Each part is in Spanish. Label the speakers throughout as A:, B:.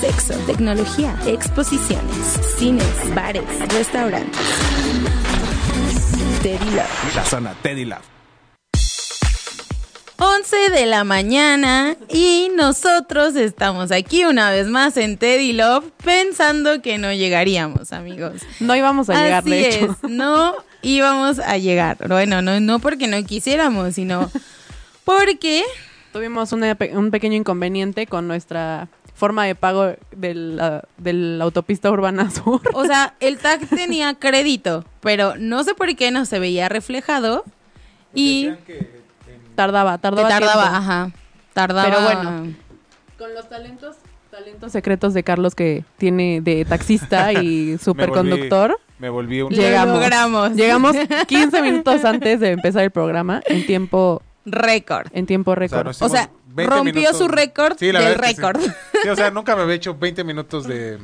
A: Sexo, tecnología, exposiciones, cines, bares, restaurantes. Teddy Love.
B: La zona Teddy Love.
A: 11 de la mañana y nosotros estamos aquí una vez más en Teddy Love pensando que no llegaríamos, amigos.
C: No íbamos a llegar,
A: Así
C: de hecho.
A: es, no íbamos a llegar. Bueno, no, no porque no quisiéramos, sino porque
C: Tuvimos una pe- un pequeño inconveniente con nuestra forma de pago de la, de la autopista Urbana Sur.
A: O sea, el tag tenía crédito, pero no sé por qué no se veía reflejado y
C: Tardaba,
A: que
C: tardaba.
A: tardaba,
C: tiempo.
A: ajá, tardaba.
C: Pero bueno. Con los talentos, talentos secretos de Carlos que tiene de taxista y superconductor.
D: Me volví un...
A: Lo
C: Llegamos.
A: logramos.
C: Llegamos 15 minutos antes de empezar el programa en tiempo
A: récord.
C: en tiempo
D: O sea,
C: récord.
D: nos
A: O
D: hicimos
A: sea,
D: 20
A: rompió
D: minutos.
A: su récord
D: la
A: del
D: verdad es que
A: récord.
D: Sí. Sí, o sea, nunca me había hecho 20 minutos de,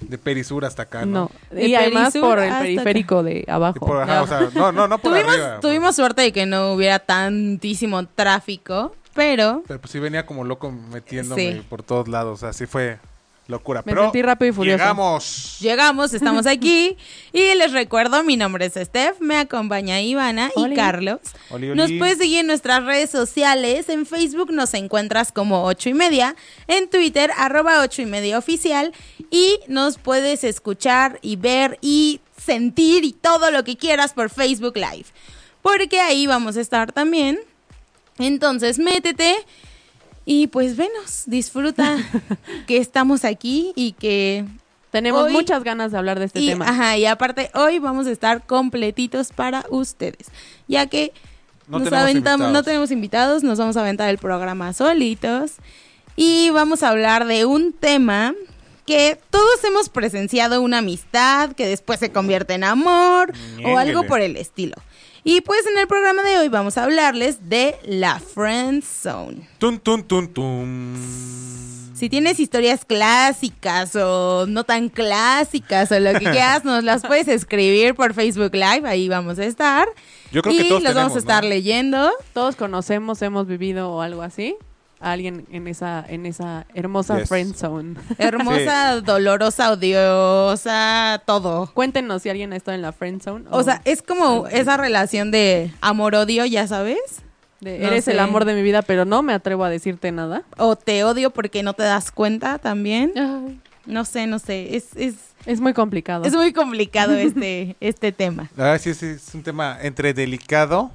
D: de perisur hasta acá,
C: no.
D: ¿no?
A: De
C: Y además
A: Perisur
C: por el
A: hasta
C: periférico de
D: Y
C: abajo.
D: por, ajá,
A: No.
D: o sea, no, no, no por
A: Tuvimos,
D: arriba.
A: tuvimos suerte de que no hubiera tantísimo tráfico, pero
D: Pero pues sí venía como loco metiéndome
A: Sí.
D: por todos lados, así fue locura.
C: Me
D: Pero
C: sentí rápido y furioso.
D: llegamos.
A: llegamos, estamos aquí y les recuerdo, mi nombre es Steph, me acompaña Ivana y
C: Oli.
A: Carlos.
D: Oli, oli.
A: Nos puedes seguir en nuestras redes sociales. En Facebook nos encuentras como 8 y media. En Twitter, arroba 8 y media oficial. Y nos puedes escuchar y ver y sentir y todo lo que quieras por Facebook Live. Porque ahí vamos a estar también. Entonces, métete y pues venos, disfruta que estamos aquí y que...
C: Tenemos
A: Hoy-
C: muchas ganas de hablar de este
A: y,
C: tema.
A: ajá, y aparte, hoy vamos a estar completitos para ustedes. Ya que
D: No
A: nos
D: tenemos
A: aventamos,
D: invitados.
A: no tenemos invitados, nos vamos a aventar el programa solitos y vamos a hablar de un tema que todos hemos presenciado una amistad que después se convierte en amor o
D: Ñénguele.
A: algo por el estilo. Y pues en el programa de hoy vamos a hablarles de la friend zone.
D: Tun, tun, tun, tun.
A: Si tienes historias clásicas o no tan clásicas o lo que quieras, nos las puedes escribir por Facebook Live, ahí vamos a estar.
D: Yo creo
A: y
D: que todos
A: los vamos
D: tenemos,
A: a estar
D: ¿no?
A: leyendo.
C: Todos conocemos, hemos vivido o algo así. A alguien en esa, en esa hermosa
D: Yes.
C: friend zone.
A: Hermosa, dolorosa, odiosa, todo.
C: Cuéntenos si alguien ha estado en la friend zone.
A: O sea, es como esa relación de amor-odio, ya sabes.
C: de,
A: no
C: eres
A: sé.
C: el amor de mi vida, pero no me atrevo a decirte nada.
A: O te odio porque no te das cuenta también. No sé, no sé. Es, es,
C: Es muy complicado.
A: es muy complicado este, este tema.
D: La verdad sí, sí, es un tema entre delicado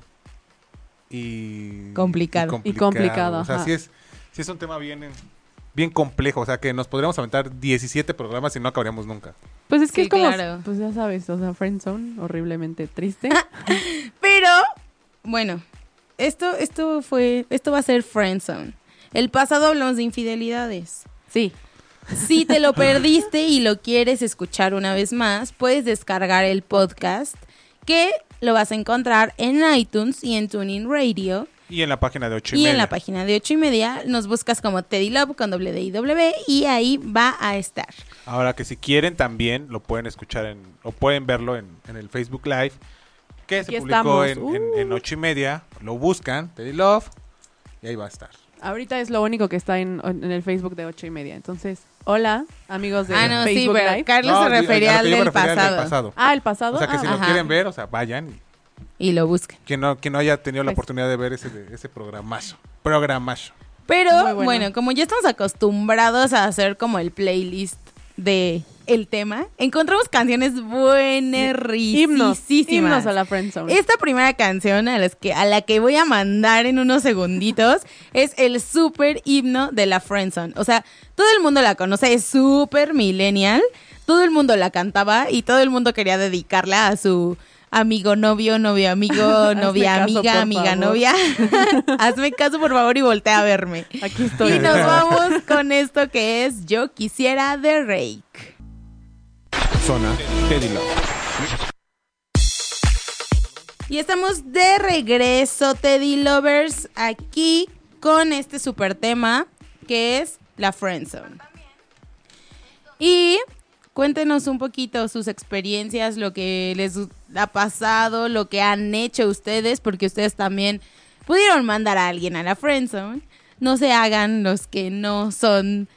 D: y
A: Complicado.
C: Y complicado,
D: O sea,
C: ajá.
D: sí es, sí es un tema bien, bien complejo. O sea, que nos podríamos aventar 17 programas y no acabaríamos nunca.
C: Pues es que
A: Sí,
C: es como,
A: claro. Ah.
C: pues ya sabes, o sea, friend zone, horriblemente triste.
A: Pero, bueno, esto, esto fue, esto va a ser Friendzone. El pasado hablamos de infidelidades.
C: sí.
A: Si te lo perdiste y lo quieres escuchar una vez más, puedes descargar el podcast que lo vas a encontrar en iTunes y en Tuning Radio.
D: Y en la página de 8 y,
A: Y
D: media.
A: en la página de 8 y media nos buscas como Teddy Love con doble D y W y ahí va a estar.
D: Ahora que si quieren también lo pueden escuchar en, o pueden verlo en, en el Facebook Live que se
C: Aquí
D: publicó
C: estamos.
D: en, en-
C: Uh.
D: en ocho y media. Lo buscan, Teddy Love, y ahí va a estar.
C: Ahorita es lo único que está en, en el Facebook de ocho y media. Entonces, hola, amigos de
A: Ah, no, sí,
C: Facebook
A: pero
C: Live.
A: Carlos
D: No,
A: se
D: di- a- a
A: refería
D: lo
A: al
D: que yo me
A: del
D: refería al
A: pasado.
C: Ah, el pasado.
D: O sea, que
C: Ah,
D: si
A: no
D: lo
A: ajá.
D: quieren ver, o sea, vayan. y
A: Y lo busquen.
D: Quien no, quien no haya tenido la
C: Pues-
D: oportunidad de ver ese, de- ese programazo. Programazo.
A: Pero
C: Muy
A: bueno.
C: bueno.
A: como ya estamos acostumbrados a hacer como el playlist de el tema, encontramos canciones buenas,
C: himnos, himnos
A: risísimas.
C: a la friend zone.
A: Esta primera canción a, las que, a la que voy a mandar en unos segunditos es el super himno de la Friendzone. O sea, todo el mundo la conoce, es super millennial. Todo el mundo la cantaba y todo el mundo quería dedicarla a su amigo, novio, novio, amigo, novia,
C: caso,
A: amiga,
C: por
A: amiga,
C: favor.
A: novia. Hazme caso, por favor, y voltea a verme.
C: Aquí estoy.
A: Y nos vamos con esto que es Yo quisiera de Rake.
D: Zona Teddy Love.
A: Y estamos de regreso, Teddy Lovers, aquí con este super tema que es la Friendzone. Y cuéntenos un poquito sus experiencias, lo que les ha pasado, lo que han hecho ustedes, porque ustedes también pudieron mandar a alguien a la Friendzone. No se hagan los que no son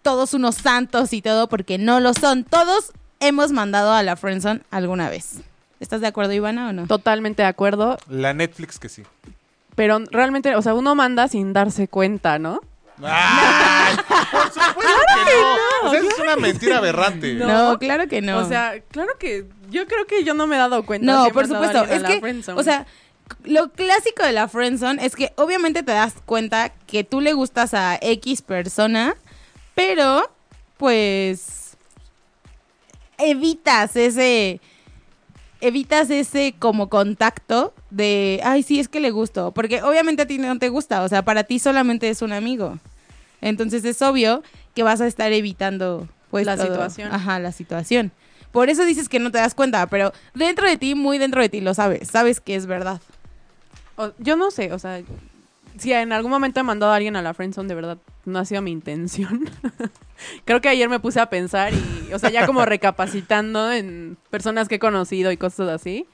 A: todos unos santos y todo, porque no lo son. Todos hemos mandado a la Friendzone alguna vez. ¿Estás de acuerdo, Ivana, o no?
C: Totalmente de acuerdo.
D: La Netflix que sí.
C: Pero realmente, o sea, uno manda sin darse cuenta, ¿no?
D: ¡Ay! Por supuesto que no. O sea, es una mentira aberrante.
C: No.
A: No, claro que no.
C: O sea, claro que yo creo que yo no me he dado cuenta.
A: No,
C: si he
A: por
C: mandado a
A: supuesto.
C: alguien
A: Es
C: a la
A: que,
C: friendzone.
A: o sea, lo clásico de la friendzone es que obviamente te das cuenta que tú le gustas a X persona, pero pues evitas ese evitas ese como contacto de, ay, sí, es que le gusto, porque obviamente a ti no te gusta, o sea, para ti solamente es un amigo. Entonces es obvio que vas a estar evitando pues
C: La
A: todo.
C: situación.
A: Ajá, la situación. Por eso dices que no te das cuenta, pero dentro de ti, muy dentro de ti lo sabes, sabes que es verdad.
C: O- yo no sé, o sea, si en algún momento he mandado a alguien a la friendzone, de verdad, no ha sido mi intención. Creo que ayer me puse a pensar y, o sea, ya como recapacitando en personas que he conocido y cosas así.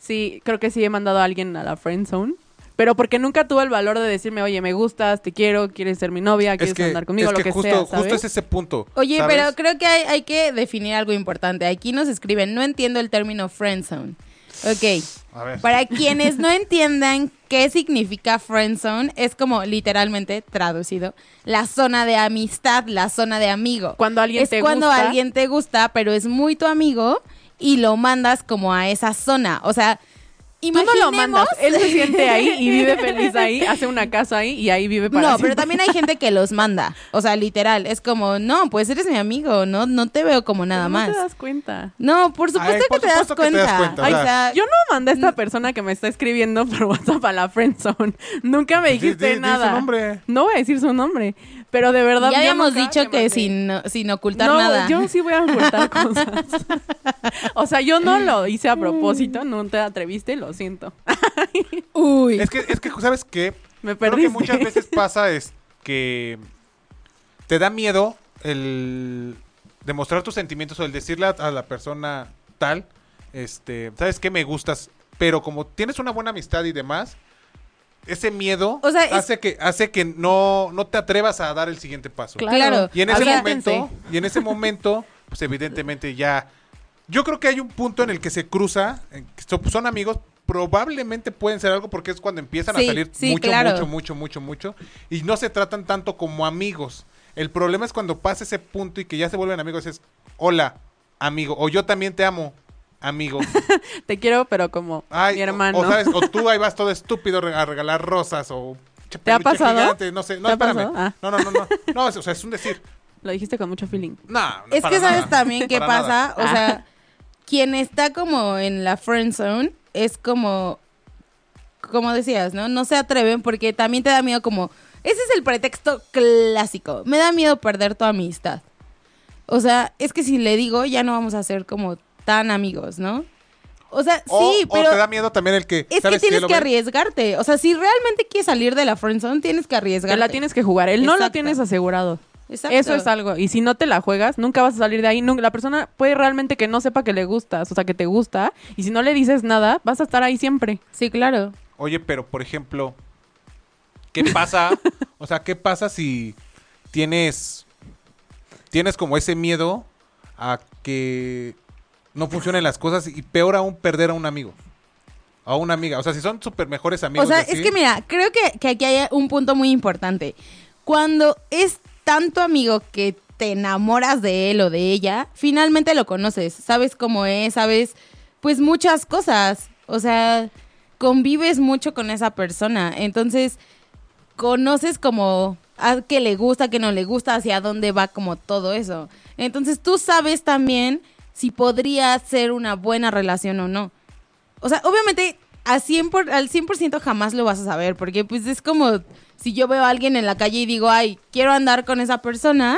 C: Sí, creo que sí he mandado a alguien a la friendzone. Pero porque nunca tuve el valor de decirme, oye, me gustas, te quiero, quieres ser mi novia, quieres
D: es que,
C: andar conmigo,
D: es que
C: lo que
D: justo,
C: sea, ¿sabes?
D: justo es ese punto.
A: Oye,
D: ¿sabes?
A: pero creo que hay, hay que definir algo importante. Aquí nos escriben, no entiendo el término friendzone. Ok.
D: A ver.
A: Para quienes no entiendan qué significa friend zone, es como literalmente traducido la zona de amistad, la zona de amigo.
C: Cuando alguien
A: es
C: te
A: cuando
C: gusta.
A: alguien te gusta, pero es muy tu amigo y lo mandas como a esa zona. O sea,
C: Tú no
A: imaginemos-
C: lo mandas, él se siente ahí y vive feliz ahí, hace una casa ahí y ahí vive para
A: no, pero
C: siempre.
A: también hay gente que los manda. O sea, literal, es como, no, pues eres mi amigo, no, no te veo como nada
C: no
A: más.
C: te das cuenta.
A: No, por supuesto,
D: Ay, por
A: que, te das
D: supuesto que te das cuenta,
A: Ay,
D: o
A: o sea,
C: Yo no mandé a esta persona que me está escribiendo por WhatsApp a la friendzone. Nunca me
D: Di- di-
C: dijiste
D: di su
C: nada.
D: nombre.
C: No voy a decir su nombre, pero de verdad.
A: ya
C: yo
A: habíamos
C: nunca
A: dicho
C: te mandé.
A: que sin, sin ocultar
C: no,
A: nada.
C: yo sí voy a ocultar cosas. O sea, yo no lo hice a propósito, no te atreviste, lo siento.
A: Uy.
D: Es que, es que, ¿sabes qué?
C: Me
D: Creo
C: perdiste.
D: que muchas veces pasa es que te da miedo el demostrar tus sentimientos o el decirle a, a la persona tal, este, ¿sabes qué? Me gustas, pero como tienes una buena amistad y demás, ese miedo
A: O sea, es-
D: hace que hace que no, no te atrevas a dar el siguiente paso.
A: Claro.
D: Y en ese
C: Aviéntense.
D: momento, y en ese momento, pues evidentemente ya. Yo creo que hay un punto en el que se cruza, en que so- son amigos, probablemente pueden ser algo porque es cuando empiezan
A: Sí,
D: a salir
A: sí,
D: mucho,
A: claro.
D: mucho, mucho, mucho, mucho, y no se tratan tanto como amigos. El problema es cuando pasa ese punto y que ya se vuelven amigos, es hola, amigo, o yo también te amo, amigo.
C: Te quiero, pero como
D: Ay,
C: mi
D: o-
C: hermano.
D: O, sabes, o tú ahí vas todo estúpido re- a regalar rosas o che,
C: ¿Te ha
D: peluche
C: pasado?
D: gigante, no sé, no,
C: ¿Te ha
D: espérame.
C: pasado? Ah.
D: No, no, no, no. No, es- o sea, es un decir.
C: Lo dijiste con mucho feeling.
D: No, no,
A: Es
D: para
A: que sabes
D: nada,
A: también qué
D: para nada. Ah.
A: pasa, o sea, quien está como en la friend zone es como como decías, ¿no? No se atreven porque también te da miedo como ese es el pretexto clásico. Me da miedo perder tu amistad. O sea, es que si le digo ya no vamos a ser como tan amigos, ¿no? O sea,
D: O,
A: sí,
D: o
A: pero
D: te da miedo también el que.
A: es que
D: ¿sabes qué?
A: tienes
D: Lo
A: que
D: ve-
A: arriesgarte. O sea, si realmente quieres salir de la friend zone, tienes que
C: Te
A: arriesgarte.
C: la tienes que jugar. Él no lo
A: Exacto.
C: tienes asegurado.
A: Exacto.
C: Eso es algo. Y si no te la juegas, nunca vas a salir de ahí. Nunca- La persona puede realmente que no sepa que le gustas, o sea, que te gusta. Y si no le dices nada, vas a estar ahí siempre.
A: Sí, claro.
D: Oye, pero por ejemplo, ¿qué pasa? o sea, ¿qué pasa si tienes. Tienes como ese miedo a que no funcionen las cosas y peor aún perder a un amigo? A una amiga. O sea, si son súper mejores amigos.
A: O sea,
D: y así,
A: es que mira, creo que, que aquí hay un punto muy importante. Cuando es tanto amigo que te enamoras de él o de ella, finalmente lo conoces, sabes cómo es, sabes pues muchas cosas, o sea, convives mucho con esa persona, entonces conoces como a qué le gusta, qué no le gusta, hacia dónde va como todo eso. Entonces tú sabes también si podría ser una buena relación o no. O sea, obviamente a 100 por- al 100% jamás lo vas a saber, porque pues es como si yo veo a alguien en la calle y digo, ay, quiero andar con esa persona,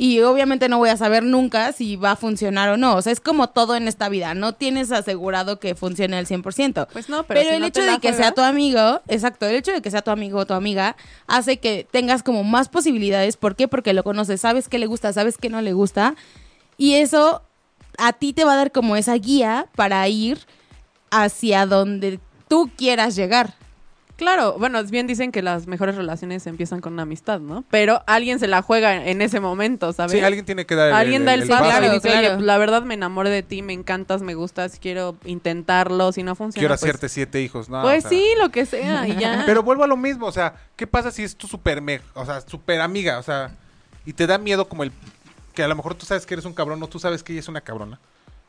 A: y obviamente no voy a saber nunca si va a funcionar o no. O sea, es como todo en esta vida, no tienes asegurado que funcione al 100%.
C: Pues no, pero si
A: el
C: no te
A: hecho
C: la
A: de que sea
C: juegas.
A: tu amigo, exacto, el hecho de que sea tu amigo o tu amiga hace que tengas como más posibilidades. ¿Por qué? Porque lo conoces, sabes qué le gusta, sabes qué no le gusta. Y eso a ti te va a dar como esa guía para ir hacia donde tú quieras llegar.
C: Claro, bueno, es bien dicen que las mejores relaciones empiezan con una amistad, ¿no? Pero alguien se la juega en ese momento, ¿sabes?
D: Sí, alguien tiene que dar el-
C: Alguien da el,
D: el
C: paso
A: claro,
C: y dice,
A: claro.
C: "Oye, la verdad me enamoré de ti, me encantas, me gustas, quiero intentarlo, si no funciona.
D: Quiero
C: pues-
D: hacerte siete hijos. No,
C: Pues
D: o sea.
C: sí, lo que sea, y ya.
D: Pero vuelvo a lo mismo, o sea, ¿qué pasa si es tu super, me- o sea, super amiga? O sea, y te da miedo como el... Que a lo mejor tú sabes que eres un cabrón o tú sabes que ella es una cabrona.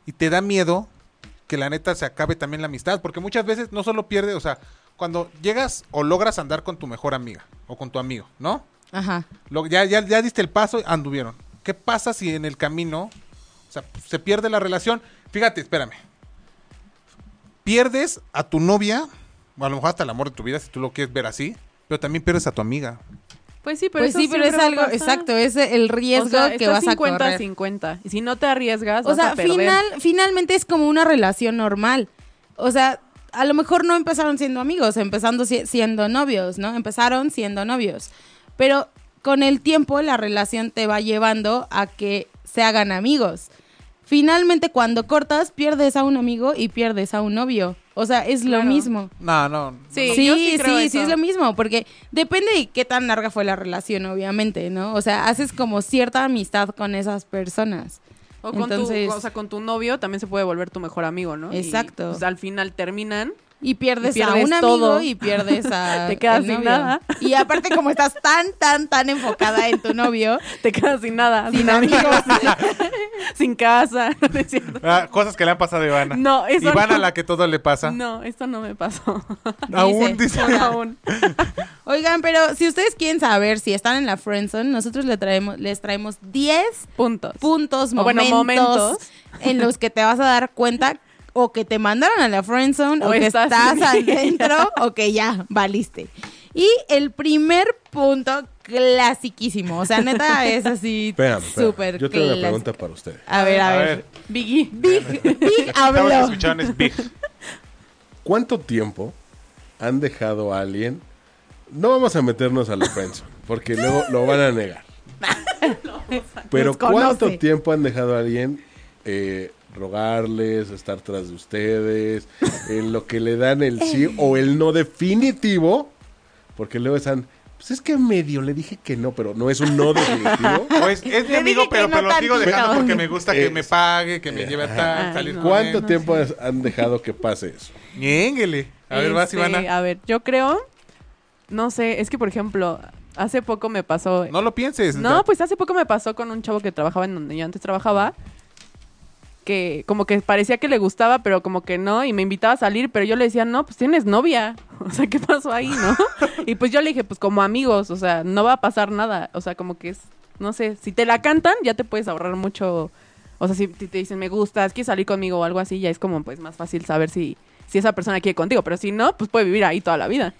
D: Y te da miedo que la neta se acabe también la amistad. Porque muchas veces no solo pierdes, o sea, cuando llegas o logras andar con tu mejor amiga o con tu amigo, ¿no?
A: Ajá.
D: Lo- ya, ya, ya diste el paso, anduvieron. ¿Qué pasa si en el camino o sea, pues, se pierde la relación? Fíjate, espérame. Pierdes a tu novia, o a lo mejor hasta el amor de tu vida, si tú lo quieres ver así, pero también pierdes a tu amiga.
C: Pues sí, pero
A: Pues
C: eso
A: sí, pero es
C: siempre va a
A: algo,
C: pasar.
A: exacto, es el riesgo
C: O sea,
A: que
C: está
A: vas a
C: 50
A: correr.
C: 50. Y si no te arriesgas,
A: O
C: vas
A: sea,
C: a perder.
A: final, finalmente es como una relación normal. O sea, a lo mejor no empezaron siendo amigos, empezando si- siendo novios, ¿no? Empezaron siendo novios. Pero con el tiempo la relación te va llevando a que se hagan amigos. Finalmente cuando cortas pierdes a un amigo y pierdes a un novio. O sea, es lo
C: Claro.
A: mismo.
D: No, no.
C: Sí,
A: Sí,
C: yo
A: sí,
C: sí creo
A: sí,
C: eso.
A: es lo mismo, porque depende de qué tan larga fue la relación, obviamente, ¿no? O sea, haces como cierta amistad con esas personas.
C: O con,
A: Entonces-
C: tu, o sea, con tu novio también se puede volver tu mejor amigo, ¿no? Y,
A: Exacto.
C: pues, al final terminan.
A: Y pierdes,
C: Y pierdes
A: a un amigo
C: todo.
A: y pierdes a.
C: Te quedas
A: el
C: sin
A: novio.
C: nada.
A: Y aparte, como estás tan, tan, tan enfocada en tu novio,
C: Te quedas sin nada, sin,
A: sin
C: amigos,
A: amigos.
C: sin casa. No, es cierto.
D: Ah, cosas que le han pasado a Ivana.
C: No, eso
D: Ivana
C: no.
D: la que todo le pasa.
C: No, esto no me pasó.
D: Aún dice.
C: Aún.
A: Oigan, pero si ustedes quieren saber si están en la Friendzone, nosotros le traemos, les traemos 10
C: Puntos.
A: puntos,
C: O
A: momentos,
C: bueno, momentos.
A: en los que te vas a dar cuenta o que te mandaron a la friendzone o,
C: O
A: que estás,
C: estás bien.
A: adentro o que ya valiste. Y el primer punto clasiquísimo, o sea, neta es así
E: Espérame, espérame.
A: súper
E: Yo tengo una
A: clásico.
E: pregunta para ustedes.
A: A ver, a,
D: A
A: ver.
D: ver.
C: Biggie.
A: Big
D: Ahorita lo que
A: habló.
D: escucharon es Big.
E: ¿Cuánto tiempo han dejado a alguien? No vamos a meternos a la prensa, porque luego lo van a negar. Pero
A: Nos conoce.
E: ¿cuánto tiempo han dejado a alguien eh, rogarles, estar tras de ustedes, en lo que le dan el sí o el no definitivo? Porque luego están, pues es que medio le dije que no, pero no es un no definitivo.
D: O es, es mi
A: Le
D: amigo,
A: dije que
D: pero,
A: no
D: pero lo sigo
A: tantito.
D: dejando porque me gusta que
E: Eh,
D: me pague, que me lleve a tal,
C: Ay,
D: salir
C: no.
D: con
E: ¿Cuánto
D: él.
E: tiempo has- han dejado que pase eso?
D: Ñénguele. A ver, vas,
C: Este,
D: Ivana.
C: A ver, yo creo. No sé, es que por ejemplo, hace poco me pasó.
D: No lo pienses.
C: No, pues hace poco me pasó con un chavo que trabajaba en donde yo antes trabajaba. Que como que parecía que le gustaba, pero como que no, y me invitaba a salir, pero yo le decía, no, pues tienes novia. O sea, ¿qué pasó ahí, no? y pues yo le dije, pues como amigos, o sea, no va a pasar nada. O sea, como que es, no sé, si te la cantan, ya te puedes ahorrar mucho. O sea, si te te dicen, me gustas, quieres salir conmigo o algo así, ya es como pues más fácil saber si, si esa persona quiere contigo. Pero si no, pues puede vivir ahí toda la vida.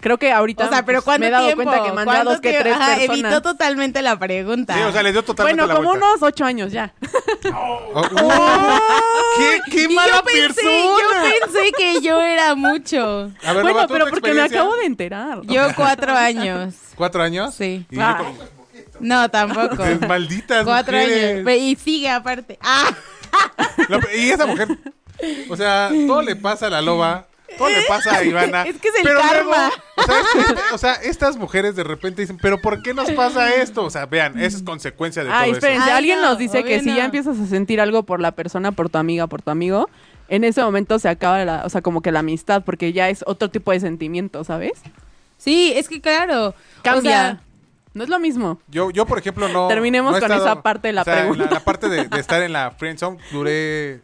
C: Creo que ahorita
A: O sea, pero
C: pues,
A: ¿cuánto
C: me he dado
A: tiempo?
C: cuenta que mandé a
A: ¿Cuánto
C: dos que
A: tiempo?
C: tres
A: Ajá,
C: personas.
A: evitó totalmente la pregunta.
D: Sí, o sea, le dio totalmente
C: Bueno,
D: la
C: como
D: vuelta.
C: unos ocho años ya.
D: Oh, uh, ¡Qué, qué
A: Y
D: mala
A: yo pensé,
D: persona!
A: Yo pensé que yo era mucho.
D: A ver,
C: bueno,
D: Loba, ¿tú
C: pero
D: tu
C: porque me
D: experiencia?
C: acabo de enterar.
A: Yo cuatro años.
D: ¿Cuatro años?
A: Sí.
D: Y
C: Ah.
D: yo
A: No, tampoco.
D: como, Malditas
A: Cuatro
D: mujeres.
A: años. Pe- Y sigue aparte. Ah,
D: La- y esa mujer, o sea, todo le pasa a la loba, todo le pasa a Ivana.
A: Es que es el
D: pero luego,
A: karma.
D: o, sea, es- es- o sea, estas mujeres de repente dicen, pero ¿por qué nos pasa esto? O sea, vean, esa es consecuencia de
C: Ay,
D: todo
C: espérense,
A: Ay,
C: alguien
A: no,
C: nos dice que
A: obvio
C: si
A: no.
C: ya empiezas a sentir algo por la persona, por tu amiga, por tu amigo, en ese momento se acaba la, o sea, como que la amistad, porque ya es otro tipo de sentimiento, ¿sabes?
A: sí, es que claro.
C: Cambia.
A: O sea,
C: no es lo mismo.
D: eso. Yo, yo, por ejemplo, no.
C: Terminemos
D: no he
C: con esa parte de la
D: o sea, en
C: pregunta.
D: La, la parte de, de estar en la friendzone duré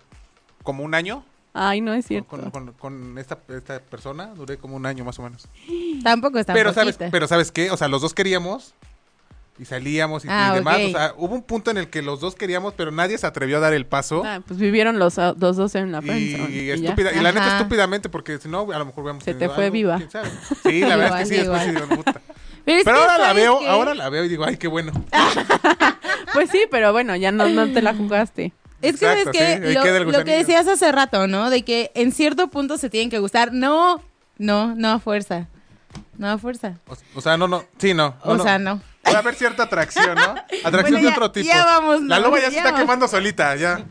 D: como un año
C: Ay, no es cierto.
D: con, con- con esta, esta persona, duré como un año más o menos.
A: tampoco está
D: pero sabes,
A: poquita.
D: pero sabes qué, o sea, los dos queríamos, y salíamos y, y
A: Ah,
D: demás.
A: ok.
D: O sea, hubo un punto en el que los dos queríamos, pero nadie se atrevió a dar el paso.
C: Ah, pues vivieron los, ah, los dos en la
A: pues,
D: Y,
C: friendzone.
D: y
C: ya.
D: estúpida, y la neta
A: Ajá.
D: estúpidamente, porque si no, a lo mejor hubiéramos
C: Se te
D: tenido
C: fue
D: algo,
C: viva.
D: quién sabe. Sí, la verdad es que sí,
A: Igual,
D: después sí,
A: igual.
D: digo, puta.
A: Pero, es
D: Pero
A: que,
D: ahora la
A: ¿sabes
D: veo,
A: qué?
D: ahora la veo y digo, ay, qué bueno.
C: Pues sí, pero bueno, ya no, no te la jugaste.
A: Es que
D: Exacto,
A: ves
D: sí,
A: que
D: ahí
A: lo,
D: queda el
A: lo que
D: gusanillo.
A: decías hace rato, ¿no? De que en cierto punto se tienen que gustar. No, no, no a fuerza. No a fuerza.
D: O, o sea, no, no, sí, no.
A: O sea, no.
D: Puede haber cierta atracción, ¿no? Atracción
A: Bueno,
D: de
A: ya-
D: otro tipo.
A: ya vamos,
D: la
A: ¿no?
D: loba ya se
A: Ya
D: está
A: vamos.
D: quemando solita, ya.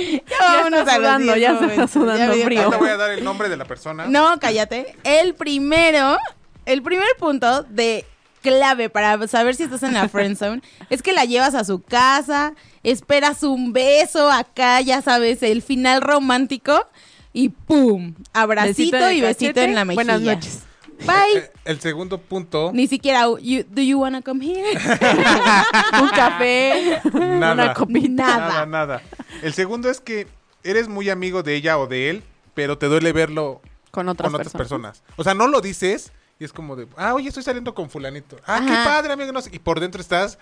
A: Ya vámonos
C: está
A: a los
C: sudando,
A: 10
C: ya está
A: momentos.
C: sudando
A: me dio
C: frío.
D: No te
A: calor.
D: voy a dar el nombre de la persona.
A: No, cállate. El primero, el primer punto de clave para saber si estás en la friend zone es que la llevas a su casa, esperas un beso acá, ya sabes, el final romántico y pum, abracito
C: Besito en el
A: y besito
C: cachete,
A: en la mejilla.
C: Buenas noches.
A: Bye.
D: Eh, El segundo punto,
A: Ni siquiera, you- do you wanna come here?
C: Un café, una
D: Nada.
C: copita.
D: nada, nada. El segundo es que eres muy amigo de ella o de él, pero te duele verlo
C: Con otras,
D: con otras
C: personas.
D: personas. O sea, no lo dices y es como de, ah, oye, estoy saliendo con fulanito. Ah,
A: Ajá.
D: qué padre, amigo. no sé- Y por dentro estás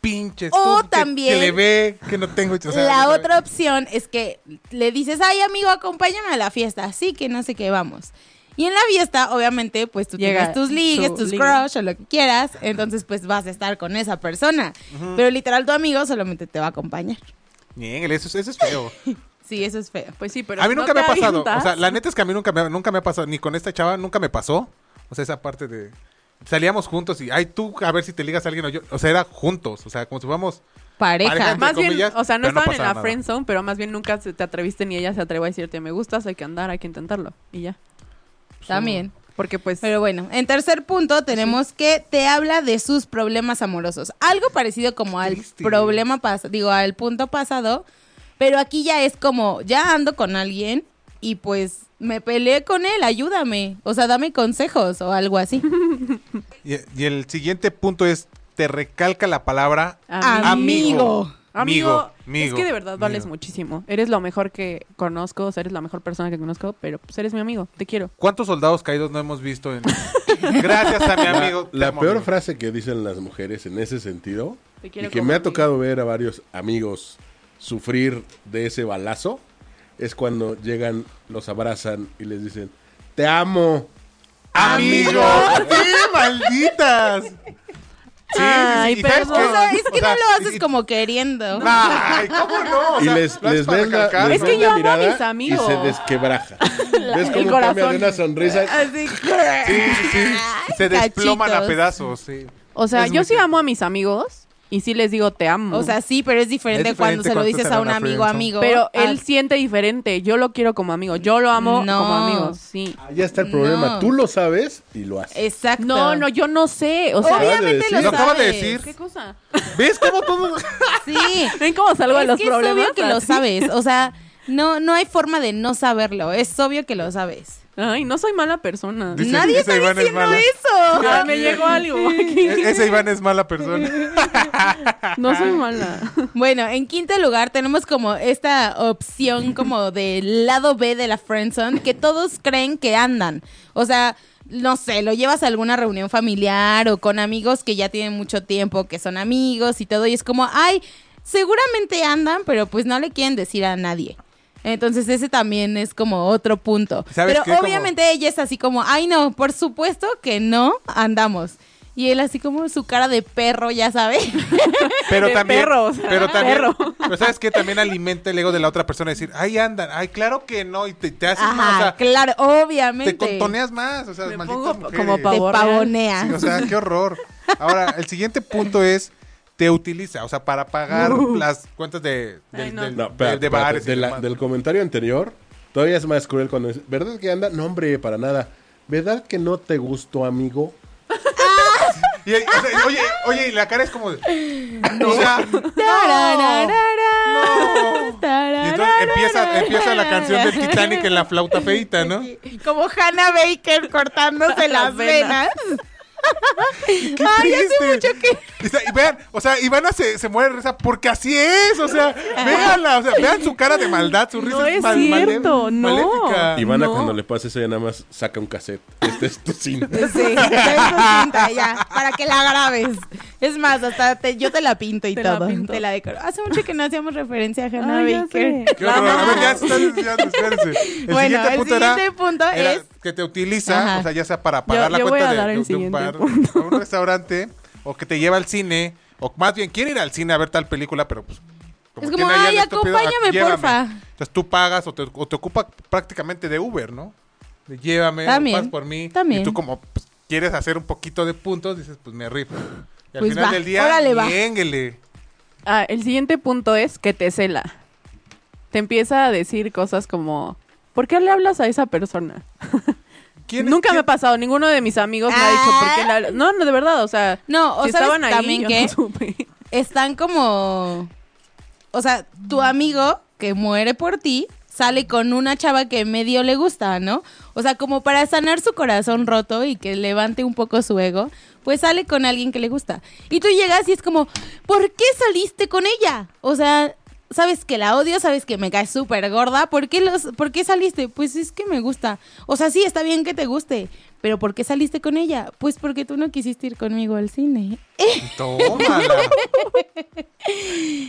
D: pinche
A: O
D: estúpido, que-
A: también-
D: Que le ve, que no tengo. o sea, ya
A: la
D: sabes.
A: otra opción es que le dices, ay amigo, acompáñame a la fiesta, así que no sé qué vamos. Y en la fiesta, obviamente, pues tú
C: Llega
A: tienes tus ligues,
C: tu
A: tus
C: ligue.
A: crush o lo que quieras, entonces pues vas a estar con esa persona. Pero literal tu amigo solamente te va a acompañar.
D: Niéngale, eso, es- eso es feo.
A: Sí, eso es feo.
C: Pues sí, pero
D: a mí
C: no
D: nunca
C: te
D: me ha pasado.
C: avientas.
D: O sea, la neta es que a mí nunca me, nunca me ha pasado. Ni con esta chava nunca me pasó. O sea, esa parte de. Salíamos juntos y, ay, tú, a ver si te ligas a alguien o yo. O sea, era juntos. O sea, como si fuéramos.
A: Pareja.
D: Pareja.
C: Más
D: entre
C: bien,
D: comillas,
C: o sea, no
D: pero no
C: estaban en
D: pasaba
C: la
D: nada.
C: friend zone, pero más bien nunca se- te atreviste ni ella se atrevió a decirte, me gustas, hay que andar, hay que intentarlo. Y ya.
A: También.
C: Porque pues...
A: Pero bueno, en tercer punto tenemos que te habla de sus problemas amorosos. Algo parecido como al
D: Triste.
A: problema pasado, digo, al punto pasado, pero aquí ya es como, ya ando con alguien y pues me peleé con él, ayúdame, o sea, dame consejos o algo así.
D: Y, y el siguiente punto es: te recalca la palabra
C: Amigo.
D: amigo.
C: Amigo,
D: amigo,
C: es que de verdad vales
D: amigo.
C: muchísimo. Eres lo mejor que conozco, o sea, eres la mejor persona que conozco, pero pues eres mi amigo, te quiero.
D: ¿Cuántos soldados caídos no hemos visto en. Gracias a mi
E: La-
D: amigo. te
E: La,
D: amo,
E: peor
D: amigo.
E: frase que dicen las mujeres en ese sentido,
C: Te
E: y
C: quiero
E: que
C: como
E: me ha
C: amigo.
E: tocado ver a varios amigos sufrir de ese balazo, es cuando llegan, los abrazan y les dicen, te amo.
D: ¡Amigo! ¡Sí, malditas! Sí, sí,
C: Ay,
D: sí, ¿y sabes
C: perdón.
D: qué?
A: O sea, es que
D: O sea,
A: no lo haces
D: y-
A: como queriendo.
D: Ay, ¿cómo no? O
E: Y
D: sea,
E: les,
D: lo haces
E: les
D: para
E: ves la,
D: recalcar,
E: les
C: Es
D: ¿no?
C: que
E: ves la
C: yo amo a
E: mirada
C: mis amigos.
E: y se desquebraja. ¿Ves cómo
C: corazón.
E: cambia de una sonrisa?
A: Así que...
D: Sí, sí, sí. Se desploman a
A: Cachitos.
D: pedazos, sí.
C: O sea,
D: Es
C: yo
D: muy
C: sí
D: cierto.
C: amo a mis amigos y sí les digo te amo.
A: O sea, sí, pero es diferente,
D: Es
A: cuando
D: diferente
A: se lo
D: cuando
A: dices
D: estás en
A: a un
D: una
A: amigo,
D: friendzone.
A: amigo.
C: pero él
A: Ah,
C: siente diferente, yo lo quiero como amigo, yo lo amo
A: No.
C: como amigo, sí.
E: Ya está el problema.
A: No.
E: Tú lo sabes y lo haces.
A: Exacto.
C: No, no, yo no sé, o sea,
A: Obviamente lo
E: Lo
D: acabas de
A: sabes.
D: decir. ¿Qué
C: cosa?
D: ¿Ves cómo todo?
A: Sí.
C: ¿Ven cómo salgo de
A: Es
C: los
A: que
C: problemas?
A: Es obvio que lo
C: Así.
A: sabes, o sea, no, no hay forma de no saberlo, es obvio que lo sabes.
C: Ay, no soy mala persona.
D: Dice-
A: Nadie está
D: Iván es
A: diciendo
D: mala.
A: eso.
C: Ay, me llegó algo. aquí.
D: E- Ese Iván es mala persona.
C: No soy mala.
A: Bueno, en quinto lugar tenemos como esta opción como del lado B de la friendzone que todos creen que andan. O sea, no sé, lo llevas a alguna reunión familiar o con amigos que ya tienen mucho tiempo, que son amigos y todo, y es como, ay, seguramente andan, pero pues no le quieren decir a nadie. Entonces ese también es como otro punto.
D: ¿Sabes
A: Pero
D: qué? Como-
A: obviamente ella es así como, ay no, por supuesto que no andamos. Y él así como su cara de perro, ya sabes.
D: Pero
C: De
D: también.
C: perro, o sea,
D: pero también.
C: perro.
D: Pero sabes que también alimenta el ego de la otra persona. Decir, ay, andan, ay, claro que no. Y te, te haces más,
A: Ajá,
D: o sea,
A: claro, obviamente.
D: te contoneas más. O sea,
C: Me
D: malditas
C: pongo
D: mujeres.
C: como
A: Te
C: Pavor real.
A: pavonea.
D: Sí, o sea, qué horror. Ahora, el siguiente punto es. Te utiliza, o sea, para pagar las cuentas de, del-
C: Ay, no.
D: del-
E: No,
D: de-
E: espérate,
D: de
E: espérate,
D: bares. y
E: de la-
D: demás.
E: del comentario anterior, todavía es más cruel cuando es, ¿verdad que anda? No, hombre, para nada. ¿Verdad que no te gustó, amigo?
D: Y- o sea, oye, oye, y la cara es como. de- O sea,
A: Tarararara,
D: Y entonces
A: tarararara.
D: empieza, empieza la canción del Titanic en la flauta feita, ¿no?
A: Como Hannah Baker cortándose las
C: Las venas.
A: venas.
D: ¡Qué triste! O sea, y vean, o sea, Ivana se, se muere de risa porque así es, o sea, véanla, o sea, vean su cara de maldad, su risa
C: No es cierto, no.
D: maléfica.
E: Ah, Ivana,
C: No.
E: cuando le pasa eso, ya nada más saca un cassette. Este es tu cine.
A: Sí, traes tu cinta ya, para que la grabes. Es más, hasta te- yo te la pinto y
C: Te la
A: todo.
C: pinto.
A: te la decoro. Hace mucho que no hacíamos referencia a Hannah
C: Ay, ya
A: Baker.
C: sé.
D: Qué horror. A ver, ya están desviando, espérense. El
A: Bueno,
D: siguiente
A: el
D: punto,
A: siguiente
D: era,
A: punto
D: era
A: es-
D: que te utiliza,
A: Ajá.
D: o sea, ya sea para pagar
C: Yo-
D: la
C: yo voy
D: cuenta
C: a
D: de,
C: dar el
D: de- de un
C: siguiente
D: bar,
C: punto.
D: a un restaurante, o que te lleva al cine, o más bien quiere ir al cine a ver tal película, pero pues.
A: Es como,
D: tiene ahí al
A: "Ay,
D: estúpido,
A: acompáñame,
D: llévame".
A: porfa.
D: Entonces tú pagas o te, o te ocupa prácticamente de Uber, ¿no? De llévame,
A: También,
D: vas por mí.
A: también.
D: Y tú como pues, quieres hacer un poquito de puntos, dices, pues me rifo. Y al
A: Pues
D: final
A: va,
D: del día,
A: órale, va.
D: ñénguele.
C: Ah, el siguiente punto es que te cela. Te empieza a decir cosas como, ¿por qué le hablas a esa persona?
D: ¿Quién es-
C: Nunca me
D: quién-
C: ha pasado, ninguno de mis amigos me ha dicho, ¿por qué le hablas? No, no, de verdad, o sea,
A: Ah. No, o
C: si
A: sabes
C: estaban ahí,
A: también
C: yo
A: que
C: no supe.
A: están como. O sea, tu amigo que muere por ti sale con una chava que medio le gusta, ¿no? O sea, como para sanar su corazón roto y que levante un poco su ego, pues sale con alguien que le gusta. Y tú llegas y es como, ¿por qué saliste con ella? O sea, sabes que la odio, sabes que me cae súper gorda, ¿por qué, los, ¿por qué saliste? Pues es que me gusta. O sea, sí, está bien que te guste, pero ¿por qué saliste con ella? Pues porque tú no quisiste ir conmigo al cine.
D: Tómala.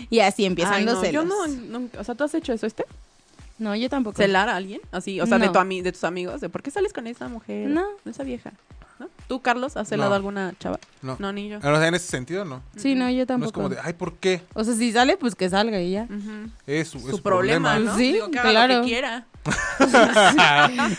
A: Y así empiezan
C: Ay,
A: los
C: no,
A: celos.
C: Yo no, nunca- o sea, ¿tú has hecho eso, este?
A: No, yo tampoco.
C: ¿Celar a alguien? Así, o sea, de,
A: No.
C: tu ami- de tus amigos, de, ¿por qué sales con esa mujer?
A: No.
C: De esa vieja. ¿No? ¿Tú, Carlos, has celado
D: No.
C: a alguna chava?
D: No.
C: No, ni yo.
D: Ah, O sea, en ese sentido, no.
A: Sí, no, yo
D: No es
A: tampoco.
D: como de, ay, ¿por qué?
A: O sea, si sale, pues que salga y ya.
C: Ujú.
D: Es su, es
C: Su problema, ¿no?
A: Sí,
C: Digo, que haga lo
A: claro.
C: que quiera.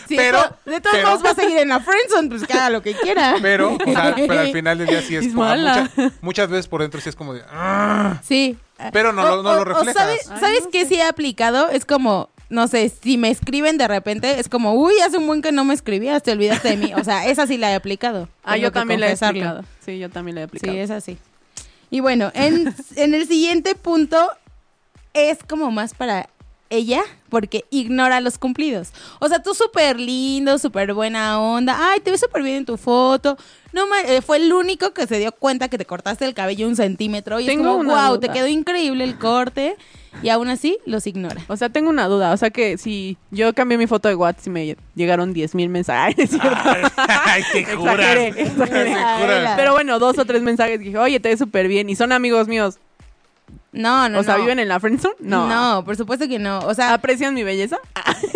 A: Sí,
D: Pero-
A: de to- de todos
D: pero-
A: modos va a seguir en la friendzone, pues que haga lo que quiera.
D: Pero, o sea, pero al final del día sí es,
C: Es
D: como-
C: mala.
D: muchas- muchas veces por dentro sí es como de, "Ah".
A: Sí.
D: Pero no lo- no lo reflejas.
A: ¿Sabes,
C: Ay,
A: ¿sabes
C: no
A: qué
C: sé.
A: sí he aplicado? Es como, no sé, si me escriben de repente, es como, uy, hace un buen que no me escribías, te olvidaste de mí. O sea, esa sí la he aplicado.
C: Ah,
A: Tengo
C: yo
A: que
C: también la he
A: confesarlo.
C: aplicado. Sí, yo también la he aplicado.
A: Sí, es así. Y bueno, en, en el siguiente punto es como más para ella, porque ignora los cumplidos. O sea, tú súper lindo, súper buena onda. Ay, te ves súper bien en tu foto. No ma- eh, fue el único que se dio cuenta que te cortaste el cabello un centímetro. Y
C: Tengo
A: es como,
C: una
A: wow,
C: duda.
A: te quedó increíble el corte. Y aún así, los ignora.
C: O sea, tengo una duda. O sea, que si yo cambié mi foto de WhatsApp y me llegaron 10.000 mensajes, ¿es cierto?
D: Ay, te
C: Exageré, exageré.
D: Te juras.
C: Pero bueno, dos o tres mensajes que dije, oye, te ves súper bien. Y son amigos míos.
A: No, no,
C: o sea,
A: no.
C: ¿viven en la friendzone? No.
A: No, por supuesto que no. O sea,
C: ¿Aprecian mi belleza?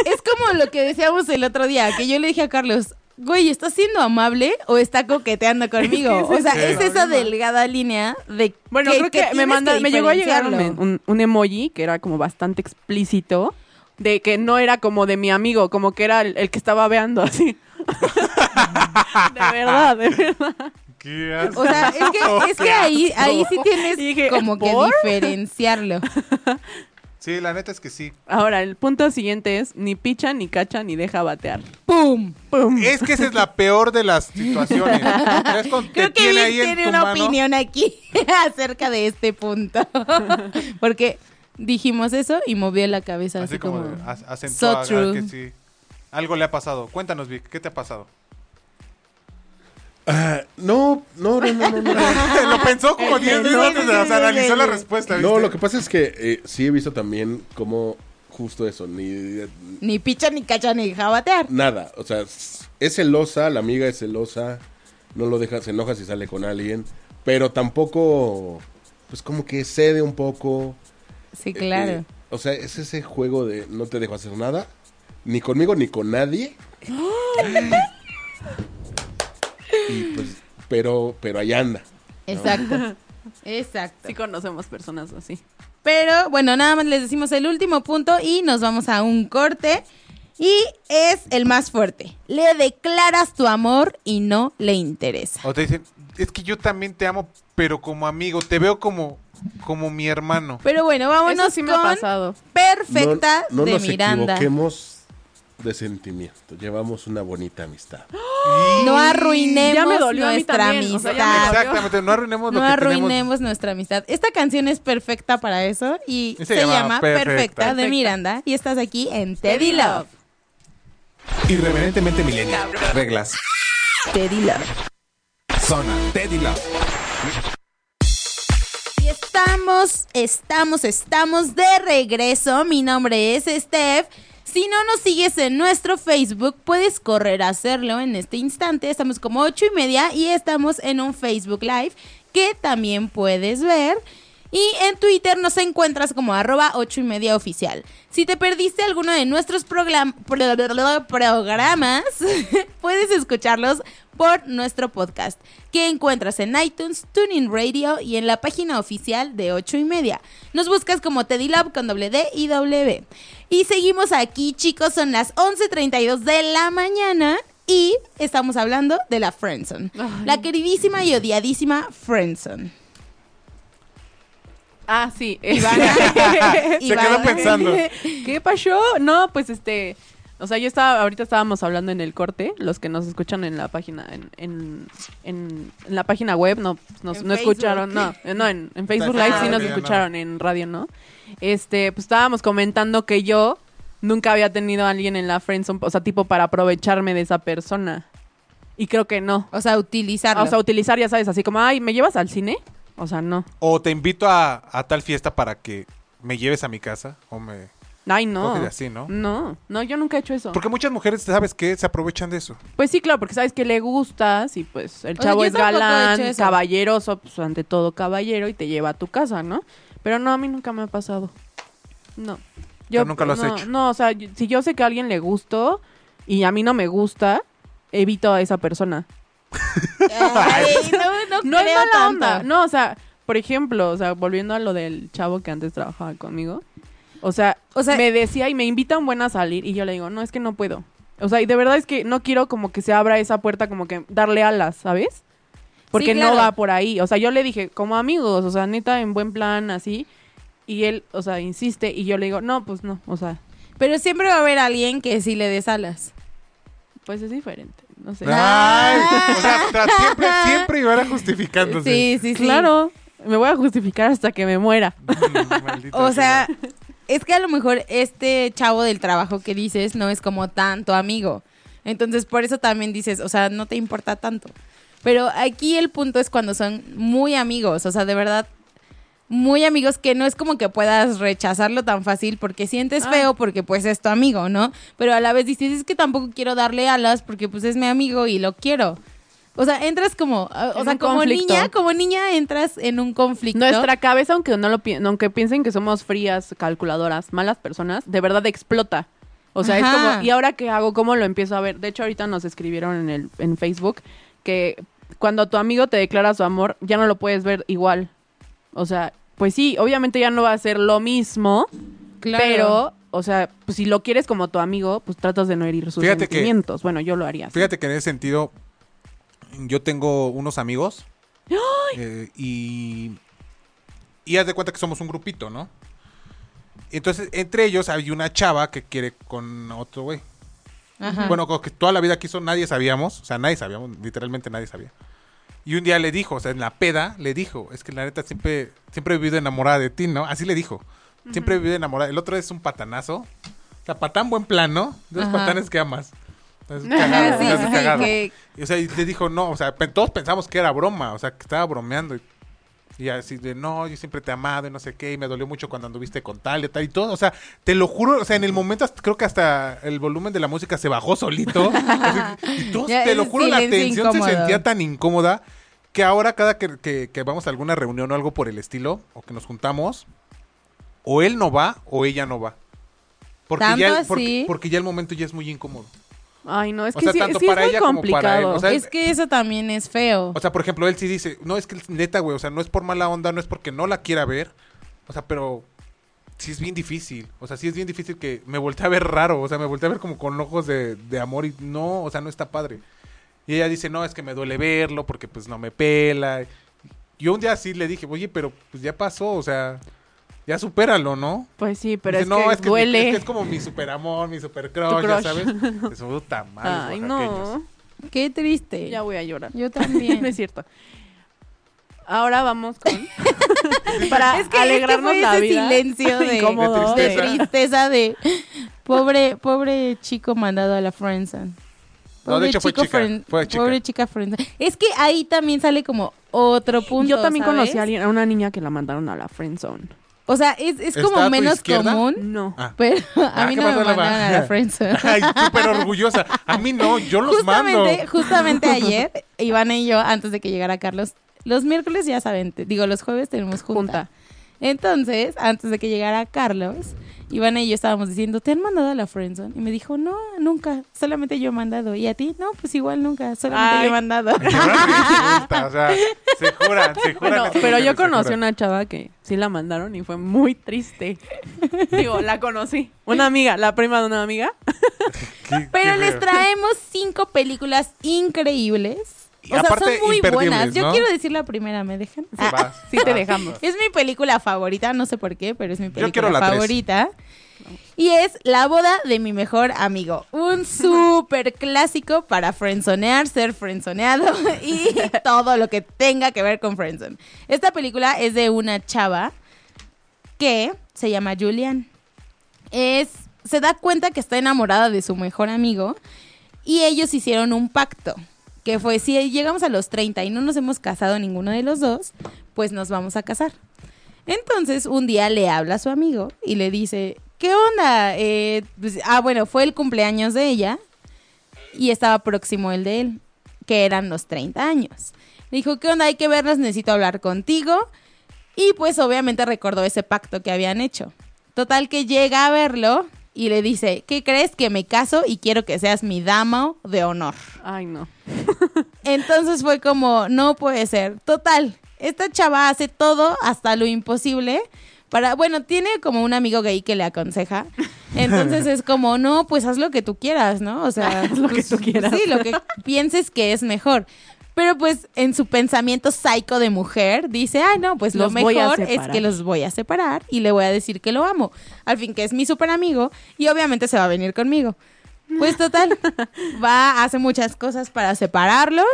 A: Es como lo que decíamos el otro día, que yo le dije a Carlos, güey, ¿estás siendo amable o está coqueteando conmigo?
C: Es
A: o
C: que ese
A: sea,
D: es el
A: es esa
D: problema.
A: delgada línea de
C: Bueno, creo que, me
A: tienes
C: manda,
A: que
C: me llegó a llegar un,
A: diferenciarlo.
C: un- un emoji que era como bastante explícito. De que no era como de mi amigo, como que era el, el que estaba veando así. de verdad, de verdad.
D: ¿Qué haces?
A: O sea, es que, es que ahí, ahí sí tienes
C: Y dije,
A: como que
C: ¿por?
A: diferenciarlo.
D: Sí, la neta es que sí.
C: Ahora, el punto siguiente es ni picha, ni cacha, ni deja batear.
A: ¡Pum!
C: ¡Pum!
D: Es que esa es la peor de las situaciones. Es con- te
A: Creo que
D: tiene
A: Vic
D: ahí en
A: tiene
D: tu
A: una
D: mano.
A: opinión aquí acerca de este punto. Porque dijimos eso y movió la cabeza así,
D: Así como, de, "Ah". as- acentúa
A: so
D: a- a
A: true.
D: que sí. Algo le ha pasado. Cuéntanos, Vic, ¿qué te ha pasado?
E: Ah, no, no, no, no, no, no.
D: Lo pensó como 10 minutos, o sea, analizó la respuesta. ¿viste?
E: No, lo que pasa es que eh, sí he visto también como justo eso, ni
A: Ni picha, ni cacha, ni deja batear.
E: nada, o sea, es celosa, la amiga es celosa, no lo deja, se enoja si sale con alguien, pero tampoco, pues como que cede un poco.
A: Sí,
E: eh,
A: claro.
E: eh, o sea, es ese juego de no te dejo hacer nada, ni conmigo ni con nadie. y pues, pero, pero ahí anda.
A: Exacto. Exacto.
C: Sí conocemos personas así.
A: Pero bueno, nada más les decimos el último punto y nos vamos a un corte. Y es el más fuerte. Le declaras tu amor y no le interesa.
D: O te dicen, es que yo también te amo, pero como amigo, te veo como, como mi hermano.
A: Pero bueno,
C: Eso
A: vámonos
C: sí me ha
A: con
C: pasado.
A: Perfecta
E: no, no
A: de
E: nos
A: Miranda.
E: equivoquemos de sentimiento. Llevamos una bonita amistad.
A: No arruinemos
C: Ya me dolió a mí
A: nuestra
C: también, o sea, ya me
A: amistad.
C: dolió.
D: Exactamente, no arruinemos
A: ah, no
D: lo que tenemos.
A: arruinemos nuestra amistad. Esta canción es perfecta para eso y
D: Y
A: se, llama, Perfecta, de
D: Perfecta.
A: Miranda. Y estás aquí en Teddy Love.
B: Irreverentemente milenial. Reglas.
A: Teddy Love.
D: persona. Teddy Love.
A: Y estamos, estamos, estamos de regreso. Mi nombre es Steph. Si no nos sigues en nuestro Facebook, puedes correr a hacerlo en este instante. Estamos como ocho y media y estamos en un Facebook Live que también puedes ver. Y en Twitter nos encuentras como arroba 8 y media oficial. Si te perdiste alguno de nuestros proglam- pro- pro- pro- programas, puedes escucharlos por nuestro podcast, que encuentras en iTunes, TuneIn Radio y en la página oficial de 8 y media. Nos buscas como Teddy Lab con doble D y W. Y seguimos aquí, chicos, son las 11.32 de la mañana y estamos hablando de la Friendzone. La queridísima y odiadísima Friendzone.
C: Ah, sí.
A: Ivana.
D: Se quedó
A: Ivana.
D: pensando.
C: ¿Qué pasó? No, pues este. O sea, yo estaba, ahorita estábamos hablando en el corte, los que nos escuchan en la página, en, en, en- en la página web, no, nos-
A: En
C: no
A: Facebook.
C: escucharon, no, eh, no, en, en Facebook Live sí
D: Ah,
C: nos
D: ok, ya no.
C: escucharon, en radio no. Este, pues estábamos comentando que yo nunca había tenido a alguien en la friendzone, o sea, tipo para aprovecharme de esa persona. Y creo que no.
A: O sea, utilizarlo.
C: O sea, utilizar, ya sabes, así como, ay, ¿me llevas al cine? O sea, no.
D: O te invito a, a tal fiesta para que me lleves a mi casa. O me...
C: Ay, no.
D: Creo que así, ¿no?
C: No, no, yo nunca he hecho eso.
D: Porque muchas mujeres, ¿sabes qué? Se aprovechan de eso.
C: Pues sí, claro, porque sabes que le gustas y pues el
A: O sea,
C: chavo
A: yo
C: es
A: tampoco he
C: galán,
A: hecho eso.
C: caballeroso, pues ante todo caballero y te lleva a tu casa, ¿no? Pero no, a mí nunca me ha pasado. No.
D: Tú nunca lo has
C: no,
D: hecho.
C: No, o sea, yo- si yo sé que a alguien le gustó y a mí no me gusta, evito a esa persona.
A: Ay, no, no,
C: No es
A: creo
C: mala
A: tanto.
C: onda. No, o sea, por ejemplo, o sea, volviendo a lo del chavo que antes trabajaba conmigo. O sea,
A: O sea-
C: me decía y me invitan buena a salir y yo le digo, no, es que no puedo. O sea, y de verdad es que no quiero como que se abra esa puerta, como que darle alas, ¿sabes? Porque
A: Sí, claro.
C: no va por ahí. O sea, yo le dije, como amigos, o sea, neta, en buen plan, así. Y él, o sea, insiste y yo le digo, no, pues no, o sea,
A: Pero siempre va a haber alguien que sí le des alas.
C: pues es diferente. No sé.
A: Ah,
D: Ay, o sea, tra- siempre, siempre Ivana justificándose.
A: Sí, sí, sí.
C: Claro, me voy a justificar hasta que me muera.
D: Mm, maldita
A: O
D: sea.
A: sea, es que a lo mejor este chavo del trabajo que dices no es como tanto amigo. Entonces, por eso también dices, o sea, no te importa tanto. Pero aquí el punto es cuando son muy amigos, o sea, de verdad, muy amigos que no es como que puedas rechazarlo tan fácil porque sientes
C: Ah.
A: feo porque pues es tu amigo, ¿no? Pero a la vez dices, es que tampoco quiero darle alas porque pues es mi amigo y lo quiero. O sea, entras como, o
C: En
A: sea,
C: un
A: como
C: conflicto.
A: niña, como niña entras en un conflicto.
C: Nuestra cabeza, aunque no lo pi- aunque piensen que somos frías, calculadoras, malas personas, de verdad explota. O sea, es
A: Ajá.
C: como, ¿y ahora qué hago? ¿Cómo lo empiezo a ver? De hecho, ahorita nos escribieron en el en Facebook que cuando tu amigo te declara su amor, ya no lo puedes ver igual. O sea, pues sí, obviamente ya no va a ser lo mismo,
A: Claro.
C: pero o sea, pues si lo quieres como tu amigo, pues tratas de no herir sus
D: Fíjate que-
C: sentimientos. bueno, yo lo haría. así.
D: Fíjate que en ese sentido, yo tengo unos amigos. eh, y. Y haz de cuenta que somos un grupito, ¿no? Entonces, entre ellos hay una chava que quiere con otro güey.
A: Ajá.
D: Bueno, como que toda la vida quiso, nadie sabíamos. O sea, nadie sabíamos, literalmente nadie sabía. Y un día le dijo, o sea, en la peda, le dijo, es que la neta siempre, siempre he vivido enamorada de ti, ¿no? Así le dijo. Siempre he vivido enamorada. El otro es un patanazo. O sea, patán buen plan, ¿no? De los
A: Ajá.
D: patanes que amas. Estás
A: Ajá,
D: cagado,
A: sí,
D: estás
A: sí,
D: cagado.
A: que-
D: Y, o sea, y le dijo, no, o sea, pe- todos pensamos que era broma, o sea, que estaba bromeando. Y, y así de, no, yo siempre te he amado y no sé qué, y me dolió mucho cuando anduviste con tal y tal y todo. O sea, te lo juro, o sea, en el momento hasta- creo que hasta el volumen de la música se bajó solito. Así, y todos,
A: Ya,
D: te lo
A: el
D: juro, la
A: silencio
D: tensión se
A: incómodo.
D: sentía tan incómoda que ahora cada que, que- que vamos a alguna reunión o algo por el estilo, o que nos juntamos, o él no va o ella no va. Porque,
A: ¿Tanto
D: ya, el- porque,
A: así?
D: porque ya el momento ya es muy incómodo.
C: Ay, no, es
D: O
C: que
D: sea,
C: sí,
D: tanto
C: sí es
D: para
C: muy
D: ella como para él, o
C: complicado.
D: sea,
A: es que eso también es feo.
D: O sea, por ejemplo, él sí dice, no, es que neta, güey, o sea, no es por mala onda, no es porque no la quiera ver. O sea, pero sí es bien difícil. O sea, sí es bien difícil que me voltee a ver raro. O sea, me voltee a ver como con ojos de, de amor y no, o sea, no está padre. Y ella dice, no, es que me duele verlo porque pues no me pela. Yo un día sí le dije, oye, pero pues ya pasó, o sea, ya supéralo, ¿no?
C: pues sí, pero
D: Dice,
C: es,
D: no,
C: que
D: es que mi-
C: duele.
D: es que es como mi superamor, mi super crush,
C: Tu
D: ya
C: crush.
D: sabes. Es puta madre.
C: Ay, no.
A: Qué triste.
C: Ya voy a llorar.
A: Yo
C: no
A: también.
C: es cierto. Ahora vamos con. para alegrarnos
A: este fue
C: la
A: ese
C: vida.
A: silencio de,
C: Incómodo,
A: de
D: tristeza.
A: tristeza de pobre pobre chico mandado a la friendzone.
D: No, de hecho fue
A: chico
D: chica,
A: friend-
D: fue chica.
A: Pobre chica friend. Es que ahí también sale como otro punto.
C: Yo también
A: ¿sabes?
C: conocí a, alguien, a una niña que la mandaron a la friend zone.
A: O sea, es, es
D: ¿Está a
A: como
D: tu
A: menos
D: izquierda?
A: común.
C: No.
D: Ah.
A: Pero a
D: Ah,
A: mí
D: ¿qué
A: no me
D: pasó, Lava?
A: mandaron a la friendzone.
D: Ay, súper orgullosa. A mí no, yo los
A: justamente,
D: mando.
A: justamente ayer, Ivana y yo, antes de que llegara Carlos, los miércoles ya saben, te- digo, los jueves tenemos junta.
C: Junta.
A: Entonces, antes de que llegara Carlos, Ivana y yo estábamos diciendo, ¿te han mandado a la friendzone? Y me dijo, no, nunca, solamente yo he mandado. ¿Y a ti? No, pues igual nunca, solamente
C: Ay.
A: yo he mandado.
D: Y ahora me insulta, o sea, se juran, se juran.
C: Bueno,
D: esas
C: pero
D: mujeres,
C: yo
D: se
C: conocí a
D: juran.
C: una chava que sí la mandaron y fue muy triste. Digo, la conocí. Una amiga, la prima de una amiga.
D: Qué-
A: Pero
D: qué
A: les
D: feo.
A: traemos cinco películas increíbles.
D: Y
A: O sea, son
D: aparte,
A: muy
D: imperdibles,
A: buenas. Yo
D: ¿no?
A: quiero decir la primera, ¿me dejan? Ah,
D: Sí, vas,
C: Ah, Sí te
D: vas,
C: dejamos.
D: vas.
A: Es mi película favorita, no sé por qué, pero es mi película
D: quiero la tres.
A: favorita. Y es La boda de mi mejor amigo. Un súper clásico para frenzonear, ser frenzoneado y todo lo que tenga que ver con frenzone. Esta película es de una chava que se llama Julian. Es, se da cuenta que está enamorada de su mejor amigo y ellos hicieron un pacto. Que fue, si llegamos a los 30 y no nos hemos casado ninguno de los dos, pues nos vamos a casar. Entonces, un día le habla a su amigo y le dice, ¿qué onda? Eh, pues, ah, bueno, fue el cumpleaños de ella y estaba próximo el de él, que eran los 30 años. Le dijo, ¿qué onda? Hay que vernos, necesito hablar contigo. Y pues obviamente recordó ese pacto que habían hecho. Total que llega a verlo y le dice, ¿qué crees que me caso y quiero que seas mi dama de honor?
C: Ay, no.
A: Entonces fue como, no puede ser. Total, esta chava hace todo hasta lo imposible. Para, bueno, tiene como un amigo gay que le aconseja. Entonces es como, no, pues haz lo que tú quieras, ¿no? O sea,
C: Haz lo que
A: pues,
C: tú quieras.
A: Sí, lo que pienses que es mejor. Pero pues en su pensamiento psycho de mujer dice, ah, no, pues lo
C: Los voy a
A: mejor es
C: separar.
A: que los voy a separar y le voy a decir que lo amo. Al fin que es mi super amigo y obviamente se va a venir conmigo. Pues total, va, hace muchas cosas para separarlos.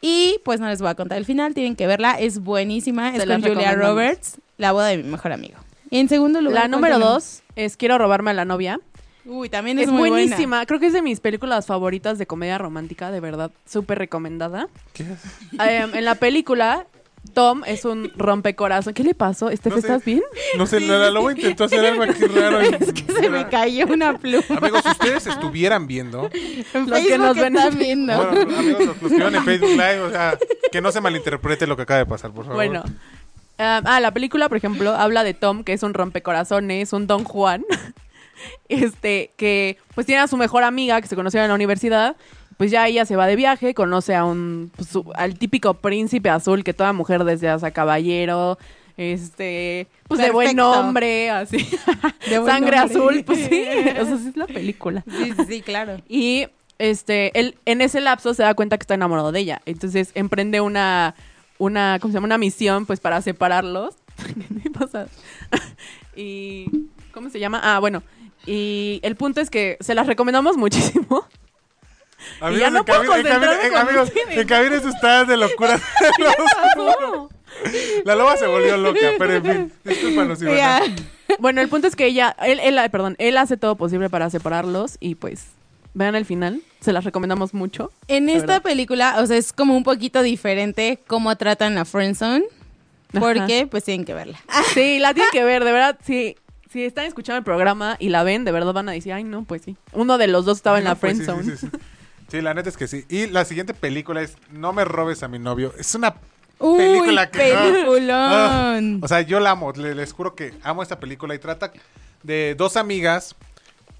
A: Y pues no les voy a contar el final, tienen que verla, es buenísima, es
C: Se
A: con
C: las
A: Julia
C: recomendamos.
A: Roberts, la boda de mi mejor amigo. Y en segundo lugar,
C: La
A: ¿cuál
C: número
A: tenemos?
C: dos es Quiero robarme a la novia.
A: Uy, también es,
C: Es,
A: muy buena.
C: buenísima. Creo que es de mis películas favoritas de comedia romántica, de verdad. Súper recomendada. Em, en la película, Tom es un rompecorazón. ¿Qué le pasó? Este,
D: No sé.
C: ¿Estás bien?
D: No sé, la lobo intentó hacer algo aquí raro. y-
A: Es que se me cayó una pluma.
D: Amigos, si ustedes estuvieran viendo,
A: En
C: Los que
A: Facebook
C: nos ven en-
A: están viendo.
D: bueno, amigos, los que estuvieron en Facebook Live, o sea, que no se malinterprete lo que acaba de pasar, por favor.
C: Bueno. Um, ah, la película, por ejemplo, habla de Tom, que es un rompecorazones, un Don Juan. este, que pues tiene a su mejor amiga que se conocieron en la universidad. Pues ya ella se va de viaje, conoce a un pues, su- al típico príncipe azul que toda mujer desea, o sea, caballero, este, pues de buen
A: Perfecto.
C: hombre, así.
A: De buen
C: Sangre
A: nombre.
C: azul, pues sí. O sea, sí es la película.
A: Sí, sí, sí, claro.
C: Y este, él en ese lapso se da cuenta que está enamorado de ella. Entonces emprende una, una, ¿cómo se llama? Una misión, pues, para separarlos. ¿Qué me pasa? y, ¿cómo se llama? Ah, bueno. Y el punto es que se las recomendamos muchísimo.
D: Amigos,
C: ya no
D: en
C: puedo
D: cabina- en cabina-
C: concentrarme
D: en-
C: con este
D: amigos,
C: ustedes.
D: en cabina eso está de locura. La loba se volvió loca, pero en fin, discúlpanos, Ivana.
A: Ya.
C: bueno, el punto es que ella, él, él, ah, perdón, él hace todo posible para separarlos y pues, vean el final, se las recomendamos mucho.
A: En
C: de
A: esta
C: verdad.
A: película, o sea, es como un poquito diferente cómo tratan la friendzone, porque pues tienen que verla.
C: Sí, la tienen que ver, de verdad, sí. Si están escuchando el programa y la ven, de verdad van a decir, ay, no, pues sí. Uno de los dos estaba en la
D: Pues sí,
C: friend zone.
D: Sí, sí, sí. Sí, la neta es que sí. Y la siguiente película es No me robes a mi novio. Es una película
A: Uy,
D: que... Ah,
A: peliculón.
D: O sea, yo la amo, le- les juro que amo esta película y trata de dos amigas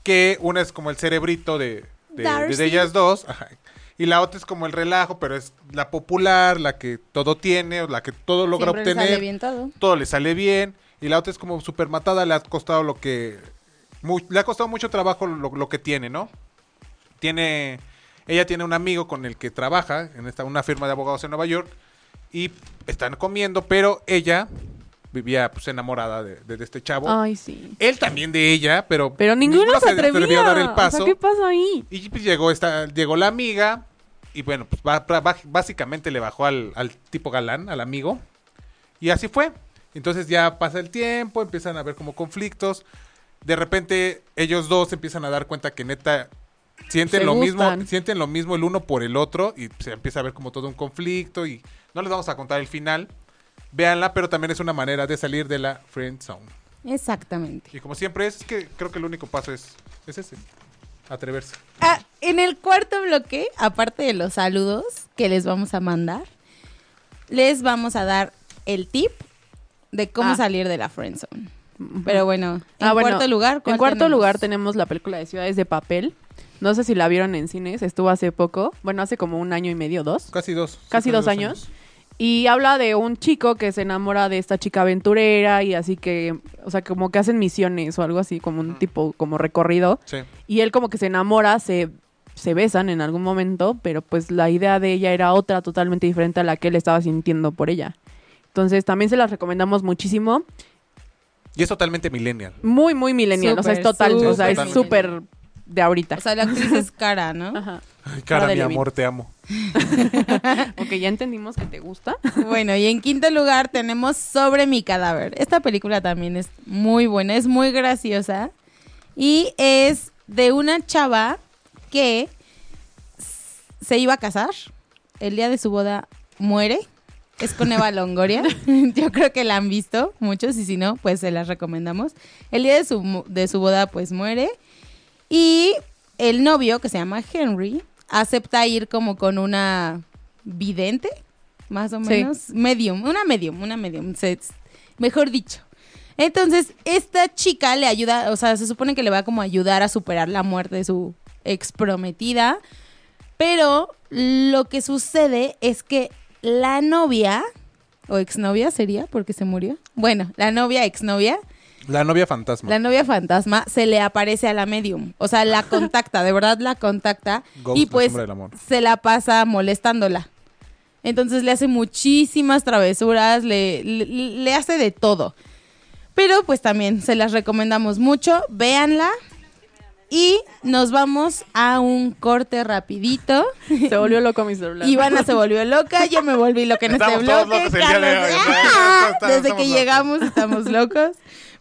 D: que una es como el cerebrito de, de-
A: Darcy.
D: de ellas dos ajá, y la otra es como el relajo, pero es la popular, la que todo tiene, o la que todo logra
A: Siempre le
D: obtener,
A: sale bien todo.
D: todo le sale bien y la otra es como súper matada, le ha costado lo que... mu- le ha costado mucho trabajo lo, lo que tiene, ¿no? tiene ella tiene un amigo con el que trabaja en esta una firma de abogados en Nueva York y están comiendo pero ella vivía pues enamorada de, de- de este chavo
C: Ay, sí.
D: él también de ella pero
C: Pero ninguno se atrevía
D: a dar el
C: O
D: paso
C: sea, ¿qué pasó ahí?
D: y pues, llegó esta llegó la amiga y bueno pues ba- ba- ba- básicamente le bajó al, al tipo galán al amigo y así fue entonces ya pasa el tiempo empiezan a haber como conflictos de repente ellos dos empiezan a dar cuenta que neta sienten
C: Se
D: lo mismo,
C: gustan.
D: sienten lo mismo el uno por el otro y se empieza a ver como todo un conflicto y no les vamos a contar el final. Véanla, pero también es una manera de salir de la friend zone.
A: Exactamente.
D: Y como siempre es que creo que el único paso es es ese. Atreverse.
A: Ah, en el cuarto bloque, aparte de los saludos que les vamos a mandar, les vamos a dar el tip de cómo
C: Ah.
A: salir de la friendzone. Pero bueno, en
C: Ah, bueno,
A: cuarto lugar, ¿cuál
C: En cuarto
A: tenemos?
C: lugar tenemos la película de Ciudades de Papel. No sé si la vieron en cines, estuvo hace poco, bueno, hace como un año y medio, dos.
D: Casi dos. sí,
C: Casi dos años. Y habla de un chico que se enamora de esta chica aventurera y así que, o sea, como que hacen misiones o algo así, como un tipo, como recorrido.
D: Sí.
C: Y él como que se enamora, se, se besan en algún momento, pero pues la idea de ella era otra totalmente diferente a la que él estaba sintiendo por ella. Entonces también se las recomendamos muchísimo.
D: Y es totalmente millennial.
C: Muy, muy millennial. o sea, es
A: Súper,
C: total. o sea, es
D: súper
C: súper de ahorita.
A: O sea, la actriz es cara, ¿no?
C: Ajá.
D: Ay,
C: Fuera
D: cara,
C: de
D: mi
C: Levin.
D: amor, te amo.
C: Ok, ya entendimos que te gusta.
A: Bueno, y en quinto lugar tenemos Sobre mi cadáver. Esta película también es muy buena, es muy graciosa. Y es de una chava que s- se iba a casar. El día de su boda muere. Es con Eva Longoria. Yo creo que la han visto muchos y si no, pues se las recomendamos. El día de su, mu- de su boda pues muere. Y el novio, que se llama Henry, acepta ir como con una vidente, más o
C: Sí.
A: menos, medium, una medium, una medium, se- mejor dicho. Entonces, esta chica le ayuda, o sea, se supone que le va como a ayudar a superar la muerte de su ex prometida, pero lo que sucede es que la novia, o exnovia sería, porque se murió, bueno, la novia, exnovia,
D: La novia fantasma.
A: la novia fantasma se le aparece a la medium. O sea, la contacta, de verdad la contacta.
D: Ghost,
A: y
D: la
A: pues
D: sombra del amor.
A: se la pasa molestándola. Entonces le hace muchísimas travesuras, le, le- le hace de todo. Pero pues también se las recomendamos mucho. Véanla. Y nos vamos a un corte rapidito.
C: Se volvió loco mi celular.
A: Ivana se volvió loca, yo me volví loca en este
D: Estamos todos
A: bloque.
D: locos el día de
A: Carlos,
D: hoy,
A: ¡ah!
D: estamos- estamos
A: Desde que
D: locos.
A: llegamos estamos locos.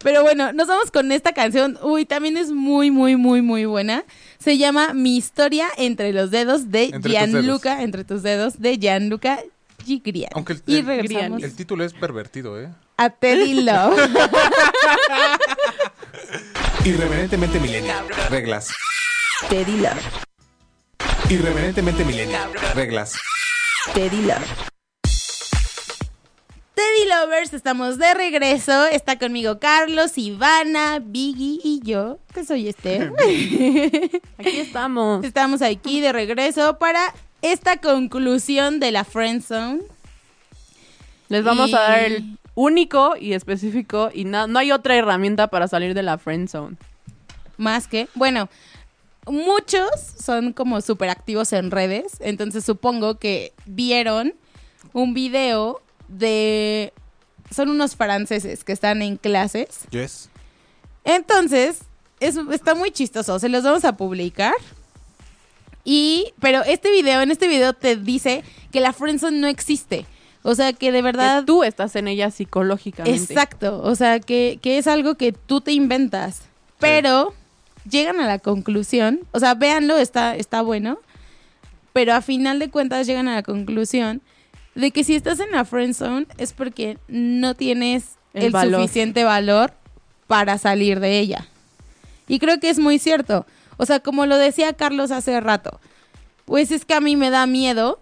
A: Pero bueno, nos vamos con esta canción. Uy, también es muy, muy, muy, muy buena. Se llama Mi historia entre los dedos de
D: Entre tus
A: Gianluca, entre tus dedos de Gianluca Gigriani.
D: Aunque el-
A: y
D: el-
A: regresamos
D: El título es pervertido, ¿eh?
A: a Teddy Love.
B: Irreverentemente millennial. Reglas.
F: Teddy Love,
B: Irreverentemente millennial. Reglas.
F: Teddy Love,
A: Teddy Lovers, estamos de regreso. Está conmigo Carlos, Ivana, Biggie y yo, que soy este. Esther.
C: Aquí estamos.
A: Estamos aquí de regreso para esta conclusión de la Friend Zone.
C: Les vamos a dar el
A: Y-
C: único y específico y na- no hay otra herramienta para salir de la friend zone.
A: Más que, bueno, muchos son como súper activos en redes, entonces supongo que vieron un video de... Son unos franceses que están en clases.
D: Yes.
A: Entonces, es- está muy chistoso. Se los vamos a publicar. Y, pero este video, en este video te dice que la friendzone no existe. O sea, que de verdad...
C: Que Tú estás en ella psicológicamente.
A: Exacto, o sea, que, que es algo que tú te inventas, pero llegan a la conclusión, o sea, véanlo, está, está bueno, pero a final de cuentas llegan a la conclusión de que si estás en la friend zone es porque no tienes el,
C: El valor.
A: suficiente valor para salir de ella. Y creo que es muy cierto, o sea, como lo decía Carlos hace rato, pues es que a mí me da miedo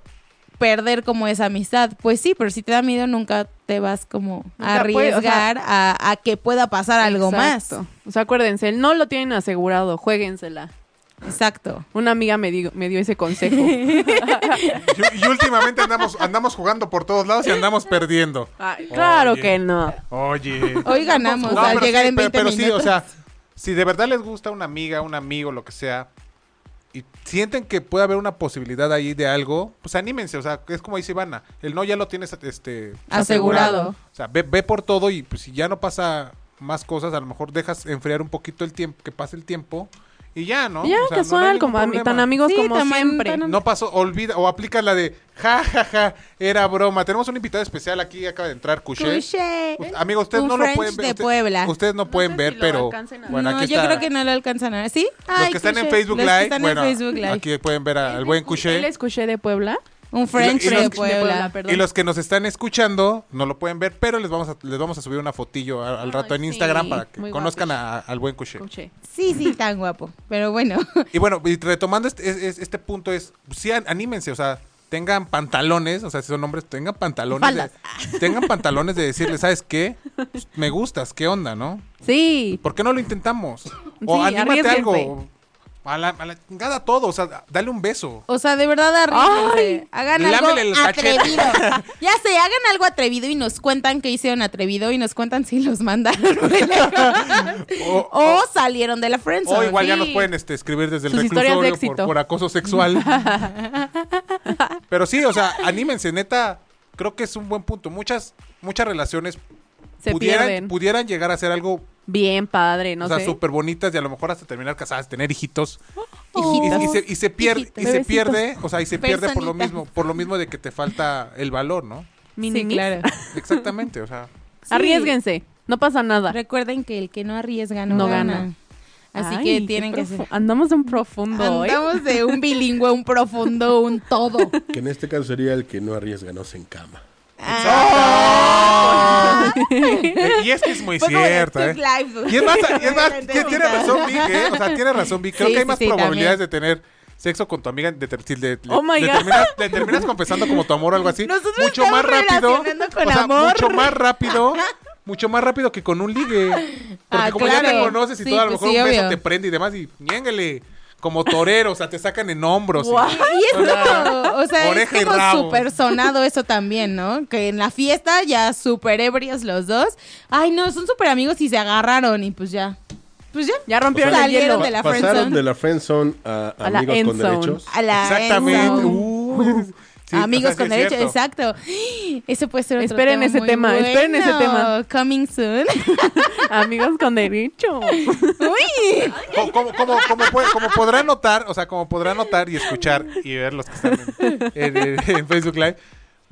A: perder como esa amistad. Pues sí, pero si te da miedo nunca te vas como a
C: Nunca puede, o sea-
A: arriesgar a, a que pueda pasar algo
C: Exacto. O sea, acuérdense, no lo tienen asegurado, juéguensela.
A: más. Exacto.
C: Una amiga me, digo- me dio ese consejo.
D: Y, y últimamente andamos, andamos jugando por todos lados y andamos perdiendo.
C: Ay, claro
D: Oye.
C: que no.
D: Oye.
A: Hoy ganamos
D: No,
A: al
D: pero
A: llegar
D: sí,
A: en
D: pero-
A: 20
D: pero sí,
A: minutos.
D: o sea, si de verdad les gusta una amiga, un amigo, lo que sea, y sienten que puede haber una posibilidad ahí de algo, pues anímense, o sea, es como dice Ivana, el no ya lo tienes este,
A: Asegurado.
D: O sea, ve, ve por todo y pues si ya no pasa más cosas, a lo mejor dejas enfriar un poquito el tiempo, que pase el tiempo Y ya, ¿no?
C: ya,
D: O sea, no- no hay
C: casual,
D: ningún
C: como ami-
D: problema.
C: tan amigos
A: Sí,
C: como
A: tan-
C: siempre.
A: tan am-
D: No pasó, olvida, o aplica la de ja, ja, ja, era broma. Tenemos un invitado especial aquí, acaba de entrar, Cuché.
A: Touché.
D: Ust- Amigos, ustedes
A: Un
D: no lo
A: French
D: pueden ver.
A: de
D: usted-
A: Puebla.
D: Ustedes no pueden
C: sé
D: ver,
C: si lo
D: pero.
C: alcancen a
D: Bueno,
A: no,
D: aquí
A: yo
D: está.
A: creo que no lo alcanzan a ver. ¿Sí?
D: Los que están en Facebook
A: Los que
D: Live,
A: están
D: bueno,
A: en Facebook Live.
D: aquí pueden ver a- al buen Cuché.
C: Él escuché de Puebla.
A: Un French
D: y los-
A: de
D: de
A: Puebla.
C: Puebla. perdón.
D: Y los que nos están escuchando no lo pueden ver, pero les vamos a, les vamos a subir una fotillo a- al rato en
C: Ay,
D: Instagram
C: sí,
D: para que
C: muy
D: conozcan a- al buen Cuché.
C: Escuché.
A: Sí, sí, tan guapo. Pero bueno.
D: Y bueno, y retomando este, es- es- este punto es, sí, an- anímense, o sea, tengan pantalones, o sea, si son hombres, tengan pantalones. de- tengan pantalones de decirle, ¿sabes qué? Pues, me gustas, ¿qué onda, no?
C: Sí.
D: ¿Por qué no lo intentamos? O
C: Sí,
D: anímate
C: arriésguense.
D: algo. A la, a la chingada todo, o sea, dale un beso.
A: O sea, de verdad, arriesguense. Hagan algo
D: Lámele el cachete.
A: atrevido. Ya sé, hagan algo atrevido y nos cuentan qué hicieron atrevido y nos cuentan si los mandaron muy lejos.
D: O,
A: o salieron de la friendzone.
D: o igual ya
C: sí.
D: nos pueden este, escribir desde el
C: Sus historias de
D: reclusorio por,
C: éxito.
D: por acoso sexual. Pero sí, o sea, anímense, neta, creo que es un buen punto. Muchas, muchas relaciones
C: Se
D: pudieran,
C: pierden.
D: pudieran llegar a ser algo
C: Bien padre, no
D: o sea,
C: sé.
D: súper bonitas y a lo mejor hasta terminar casadas, tener hijitos.
A: Hijitos.
D: Y, y se, y se pierde,
A: Hijitos.
D: y se
C: Oh, Bebecitos.
D: pierde, o sea, y se pierde por lo
A: Personitas.
D: mismo, por lo mismo de que te falta el valor, ¿no?
C: Minimis.
D: Exactamente, o sea.
A: Sí.
C: Arriésguense. No pasa nada.
A: Recuerden que el que no arriesga no,
C: No
A: gana.
C: gana.
A: Así
C: Ay,
A: que
C: qué
A: tienen que
C: profo-
A: ser.
C: Andamos de un profundo ¿eh? hoy.
A: Andamos de un bilingüe, un profundo, un todo.
E: Que en este caso sería el que no arriesga, no se encama.
D: Eh, Y es que es muy
A: Fue como de
D: cierto,
A: tus
D: ¿eh?
A: lives.
D: Y es más, y es más,
A: Obviamente,
D: tie- tiene
A: juntas.
D: razón Vic, ¿eh? O sea, tiene razón Vic. Creo
A: Sí,
D: que hay
A: sí,
D: más
A: sí,
D: probabilidades de tener sexo con tu amiga de, ter- si le, le-
C: Oh my
D: le
C: God.
D: terminas, le terminas confesando como tu amor o algo así.
A: Nosotros
D: mucho más
A: estamos
D: rápido.
A: relacionando con
D: o sea,
A: amor.
D: mucho más rápido. Mucho más rápido que con un ligue. Porque
A: Ah,
D: como ya te
A: claro.
D: conoces y
A: Sí,
D: todo, a lo
A: pues
D: mejor
A: sí,
D: un beso
A: obvio.
D: te prende y demás y ñéngale. Como torero, o sea, te sacan en hombros. y-
C: Guau.
A: Y es
D: O sea,
A: como, o sea, es
D: oreja y
A: como
D: rabo.
A: súper sonado eso también, ¿no? Que en la fiesta ya súper ebrios los dos. Ay, no, son súper amigos y se agarraron y pues ya. Pues ya.
C: Ya rompieron el
A: Salieron
C: hielo.
A: de la
E: Pasaron
A: friendzone.
E: de la friendzone a,
C: A la
E: amigos con
C: endzone.
E: derechos.
A: A la
D: Exactamente.
A: endzone.
D: Uh, sí,
A: amigos
D: o sea, sí
A: con
D: es
A: derecho,
D: cierto.
A: exacto. Eso puede ser otro
C: Esperen
A: tema
C: ese
A: muy
C: tema, esperen ese
A: bueno.
C: tema.
A: Coming soon.
C: Amigos con derecho.
A: Uy.
D: Co- Como, como, como, puede- como podrán notar, o sea, como podrán notar y escuchar y ver los que están en, en- en Facebook Live,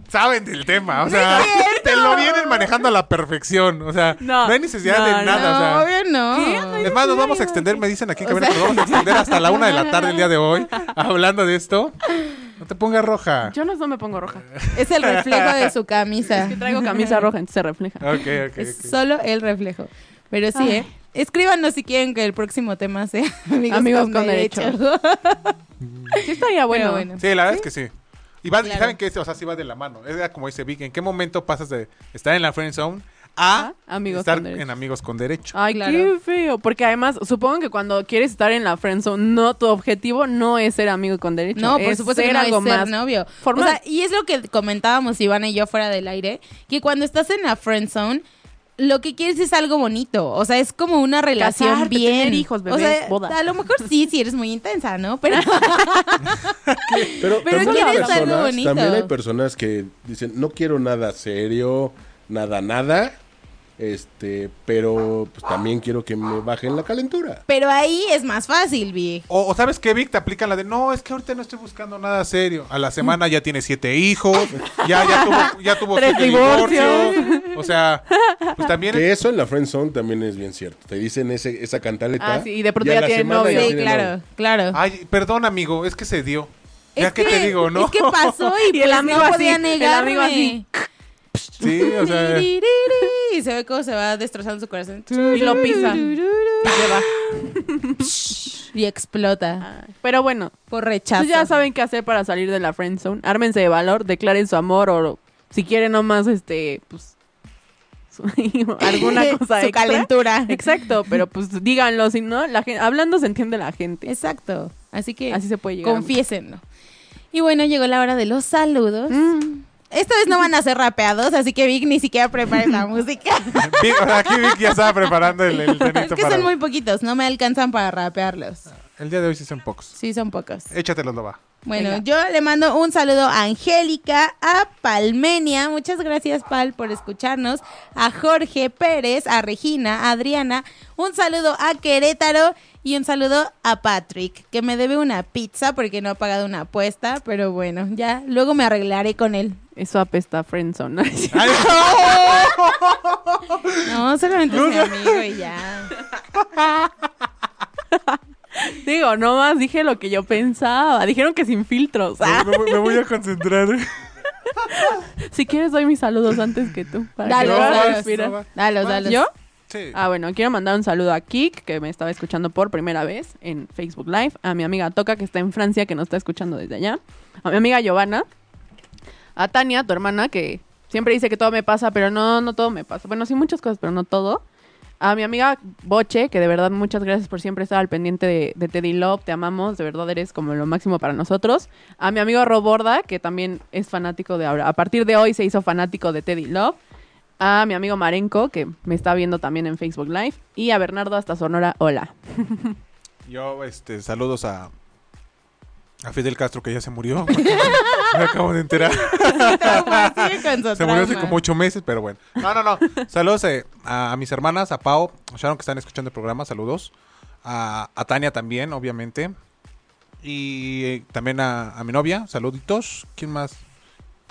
D: saben del tema, o sea, te lo vienen manejando a la perfección, o sea, no,
C: No,
D: hay necesidad
C: no,
D: de
C: no,
D: nada,
A: no,
D: o sea.
A: obvio no.
D: Es más, nos vamos a extender, me dicen aquí en cabina que nos vamos a extender hasta la una de la tarde el día de hoy hablando de esto. No te pongas roja.
C: Yo no, no me pongo roja.
A: Es el reflejo de su camisa.
C: Que traigo camisa roja, entonces se refleja.
D: Ok, ok, ok.
A: Es solo el reflejo. Pero sí,
C: Ay.
A: ¿eh? Escríbanos si quieren que el próximo tema sea amigos,
C: Amigos
A: con,
C: con
A: derecho.
C: Sí estaría bueno.
A: Pero bueno.
D: Sí, la verdad es que sí. Y, va- y
A: Claro.
D: saben que, es- o sea, sí va de la mano. Es como dice Vic, ¿en qué momento pasas de estar en la friend zone a
C: Ah, amigos
D: estar
C: con derecho.
D: en amigos con derecho?
C: Ay,
A: Claro.
C: qué feo. Porque además, supongo que cuando quieres estar en la friendzone, no, tu objetivo no es ser amigo con derecho.
A: No, por
C: es
A: supuesto que
C: ser
A: no
C: algo
A: es ser
C: más
A: novio.
C: formal.
A: O sea, y es lo que comentábamos Ivana y yo fuera del aire, que cuando estás en la friend zone, lo que quieres es algo bonito, o sea, es como una relación
C: Casarte,
A: bien.
C: tener hijos,
A: o
C: bebés,
A: sea,
C: bodas.
A: a lo mejor sí, si eres muy intensa, ¿no? Pero
E: Pero,
A: Pero
E: también,
A: quiere
E: hay
A: estar muy
E: personas,
A: bonito.
E: también hay personas que dicen, no quiero nada serio, nada, nada, este, pero pues, también quiero que me bajen la calentura.
A: pero ahí es más fácil, Vic.
D: O, o sabes que Vic te aplican la de no, es que ahorita no estoy buscando nada serio. A la semana ya tiene siete hijos, ya, ya tuvo, ya tuvo
C: Tres
D: siete
C: divorcios.
D: divorcios. O sea, pues también
E: Que eso en la friend zone también es bien cierto. Te dicen ese, esa cantaleta.
C: Ah, sí, y de pronto
E: a
C: ya
E: la
C: tienen
E: semana
C: novio.
A: Sí,
E: tienen
A: claro, claro.
C: Ah,
D: Ay, perdón, amigo, es que se dio.
A: Es
D: Ya que, te digo, ¿no?
A: Es que pasó y,
C: Y el
A: pues
C: amigo
A: no
C: así,
A: podía
C: el amigo
A: negarme.
D: Sí, o sea,
A: Y se ve cómo se va destrozando su corazón.
C: Y lo pisa.
A: Y explota.
C: Pero bueno,
A: Por rechazo.
C: Ah. pues ya saben qué hacer para salir de la friendzone. Ármense de valor, declaren su amor o si quieren nomás, este, pues, su- alguna cosa
A: Su
C: extra.
A: calentura.
C: Exacto, pero pues díganlo, si no, la gen- hablando se entiende la gente.
A: Exacto. Así que
C: Así se puede llegar.
A: confiésenlo. Y bueno, llegó la hora de los saludos.
C: Mm.
A: Esta vez no van a ser rapeados, así que Vic ni siquiera prepare la música.
D: Vic- o sea, aquí Vic ya estaba preparando el, el
A: es
D: tenito
A: que
D: para-
A: son muy poquitos, no me alcanzan para rapearlos.
D: El día de hoy sí son pocos.
A: Sí, son pocos.
D: Échatelos, Loba.
A: Bueno, yo le mando un saludo a Angélica, a Palmenia, muchas gracias Pal por escucharnos, a Jorge Pérez, a Regina, a Adriana, un saludo a Querétaro y un saludo a Patrick, que me debe una pizza porque no ha pagado una apuesta, pero bueno, ya luego me arreglaré con él.
C: Eso apesta a friendzone.
A: Ah.
D: ¡Ay!
A: No, solamente es mi amigo y ya.
C: Digo, no más dije lo que yo pensaba. Dijeron que sin filtros. Ah,
D: Me, me- me voy a concentrar.
C: Si quieres doy mis saludos antes que tú. para que
A: Dale,
C: puedas
A: dale.
C: respirar.
A: Dalos, dalos.
C: ¿Yo?
D: Sí.
C: Ah, bueno, quiero mandar un saludo a Kik, que me estaba escuchando por primera vez en Facebook Live, a mi amiga Toca, que está en Francia, que nos está escuchando desde allá, a mi amiga Giovanna, a Tania, tu hermana, que siempre dice que todo me pasa, pero no, no todo me pasa. Bueno, sí, muchas cosas, pero no todo. A mi amiga Boche, que de verdad muchas gracias por siempre estar al pendiente de, de Teddy Love, te amamos, de verdad eres como lo máximo para nosotros. A mi amigo Roborda, que también es fanático de ahora. A partir de hoy se hizo fanático de Teddy Love a mi amigo Marenco, que me está viendo también en Facebook Live, y a Bernardo hasta Sonora, hola.
D: Yo, este, saludos a, a Fidel Castro, que ya se murió. Me acabo de enterar.
A: Sigue con su
D: Se murió hace
A: trauma.
D: como ocho meses, pero bueno. No, no, no. Saludos eh, a, a mis hermanas, a Pau, a Sharon, que están escuchando el programa. Saludos. A, a Tania también, obviamente. Y eh, también a, a mi novia. Saluditos. ¿Quién más?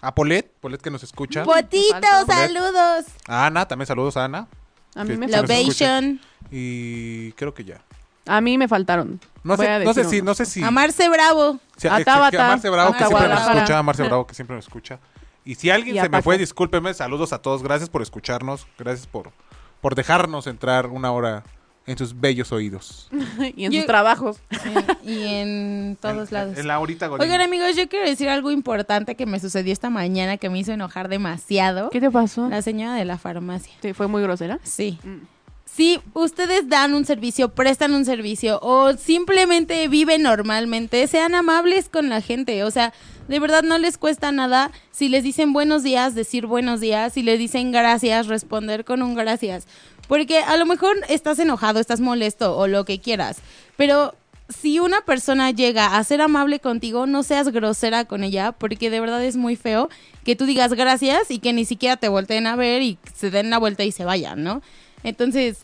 D: A Polet. Polet que nos escucha.
A: Potito,
C: Falta.
A: saludos.
D: A Ana, también saludos a Ana.
C: A mí, me
D: Lo
C: fal-
D: ve.
A: Lovation.
D: Y creo que ya.
C: a mí me faltaron.
D: No
C: Voy a
D: sé, no sé
C: decir
D: si,
C: uno.
D: no sé si.
A: A Marce Bravo.
D: Sí,
C: A
D: ex-
C: Tabata,
D: que a Marce Bravo,
C: a
D: que siempre nos
C: Guadalajara.
D: escucha, a Marce Bravo, que siempre nos escucha. Y si alguien
C: Y a
D: se me
C: Paco.
D: fue, discúlpeme, saludos a todos, gracias por escucharnos, gracias por, por dejarnos entrar una hora en sus bellos oídos.
C: y en
A: Yo-
C: sus trabajos.
A: y en todos
D: En-
A: lados.
D: En la horita Godín.
A: Oigan amigos, yo quiero decir algo importante que me sucedió esta mañana que me hizo enojar demasiado.
C: ¿Qué te pasó?
A: La señora de la farmacia.
C: ¿Te fue muy grosera?
A: Sí.
C: Mm.
A: Si ustedes dan un servicio, prestan un servicio o simplemente viven normalmente, sean amables con la gente. O sea, de verdad no les cuesta nada si les dicen buenos días, decir buenos días, si les dicen gracias, responder con un gracias. Porque a lo mejor estás enojado, estás molesto o lo que quieras, pero si una persona llega a ser amable contigo, no seas grosera con ella, porque de verdad es muy feo que tú digas gracias y que ni siquiera te volteen a ver y se den la vuelta y se vayan, ¿no? Entonces,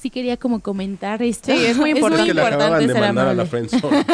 A: sí quería como comentar esto.
C: Sí, es muy
E: Es
C: importante.
E: que le acababan de
A: ser
E: mandar a la
A: amable.
E: friendzone.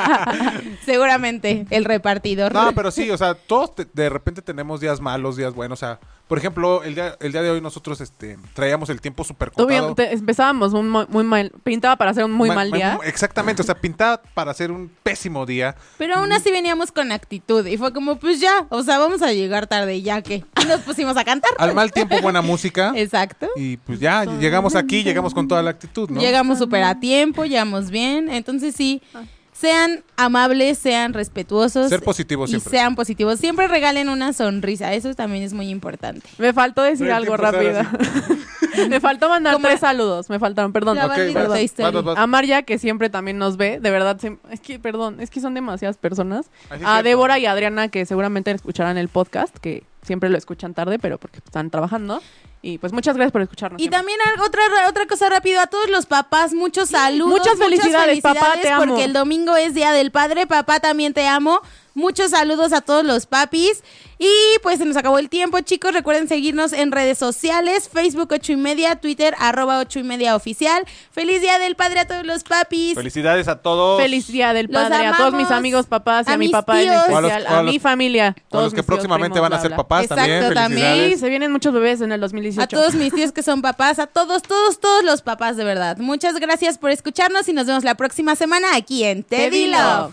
A: Seguramente, el repartidor.
D: No, pero sí, o sea, todos te- de repente tenemos días malos, días buenos, o sea, por ejemplo, el día, el día de hoy nosotros este, traíamos el tiempo súper contado.
C: Tuvimos- te- empezábamos un mo- muy mal, pintaba para hacer un muy
D: Ma-
C: mal
D: ma-
C: día.
D: Exactamente, o sea, pintada para hacer un pésimo día.
A: Pero aún así veníamos con actitud y fue como, pues ya, o sea, vamos a llegar tarde, ya que. Y nos pusimos a cantar.
E: Ah,
D: Al mal tiempo, buena música.
A: Exacto.
D: Y pues ya, llegamos aquí, llegamos con toda la actitud, ¿no?
A: Llegamos súper a tiempo, llegamos bien. Entonces sí,
C: Ah.
A: sean amables, sean respetuosos.
D: Ser positivos
A: y
D: siempre.
A: sean positivos. Siempre regalen una sonrisa. Eso también es muy importante.
C: Me faltó decir
D: Todo el
C: algo
D: tiempo
C: rápido.
D: estar
C: me faltó mandar
A: Como
C: tres
A: la-
C: saludos. Me faltaron, perdón.
A: La
D: Ok,
A: Barbie de
D: vas,
A: Toy
D: vas,
A: Story.
D: vas, vas.
C: A María, que siempre también nos ve, de verdad, se- es que, perdón, es que son demasiadas personas.
D: Así es
C: a
D: cierto.
C: Débora y Adriana, que seguramente escucharán el podcast, que siempre lo escuchan tarde, pero porque están trabajando. Y pues muchas gracias por escucharnos.
A: Y
C: siempre.
A: también algo- otra, otra cosa rápido a todos los papás, muchos saludos.
C: Muchas felicidades, papá, te amo.
A: Porque el domingo es Día del Padre, papá, también te amo. Muchos saludos a todos los papis. Y pues se nos acabó el tiempo, chicos. Recuerden seguirnos en redes sociales, Facebook 8 y media, Twitter arroba 8 y media oficial. Feliz Día del Padre a todos los papis.
D: Felicidades a todos.
C: Feliz día del
A: Los
C: padre a todos mis
A: amamos,
C: amigos papás y a,
A: a
C: mi
A: mis
C: papá en
A: tíos.
D: O a los-
C: especial,
D: o
C: a,
D: a
C: mi
D: los-
C: familia.
D: A los
C: todos
D: que
C: mis tíos,
D: próximamente
C: primos,
D: van a
C: bla,
D: ser
C: bla.
D: papás
A: Exacto,
D: también.
A: también.
D: Felicidades.
C: Sí, se vienen muchos bebés en el 2018.
A: A todos mis tíos que son papás, a todos, todos, todos los papás de verdad. Muchas gracias por escucharnos y nos vemos la próxima semana aquí en Teddy Love.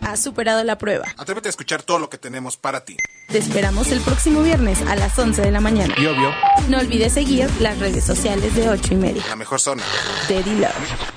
F: Has superado la prueba.
B: Atrévete a escuchar todo lo que tenemos para ti.
F: Te esperamos el próximo viernes a las 11 de la mañana.
D: Y obvio.
F: No olvides seguir las redes sociales de 8 y media.
B: La mejor zona.
F: Teddy Love.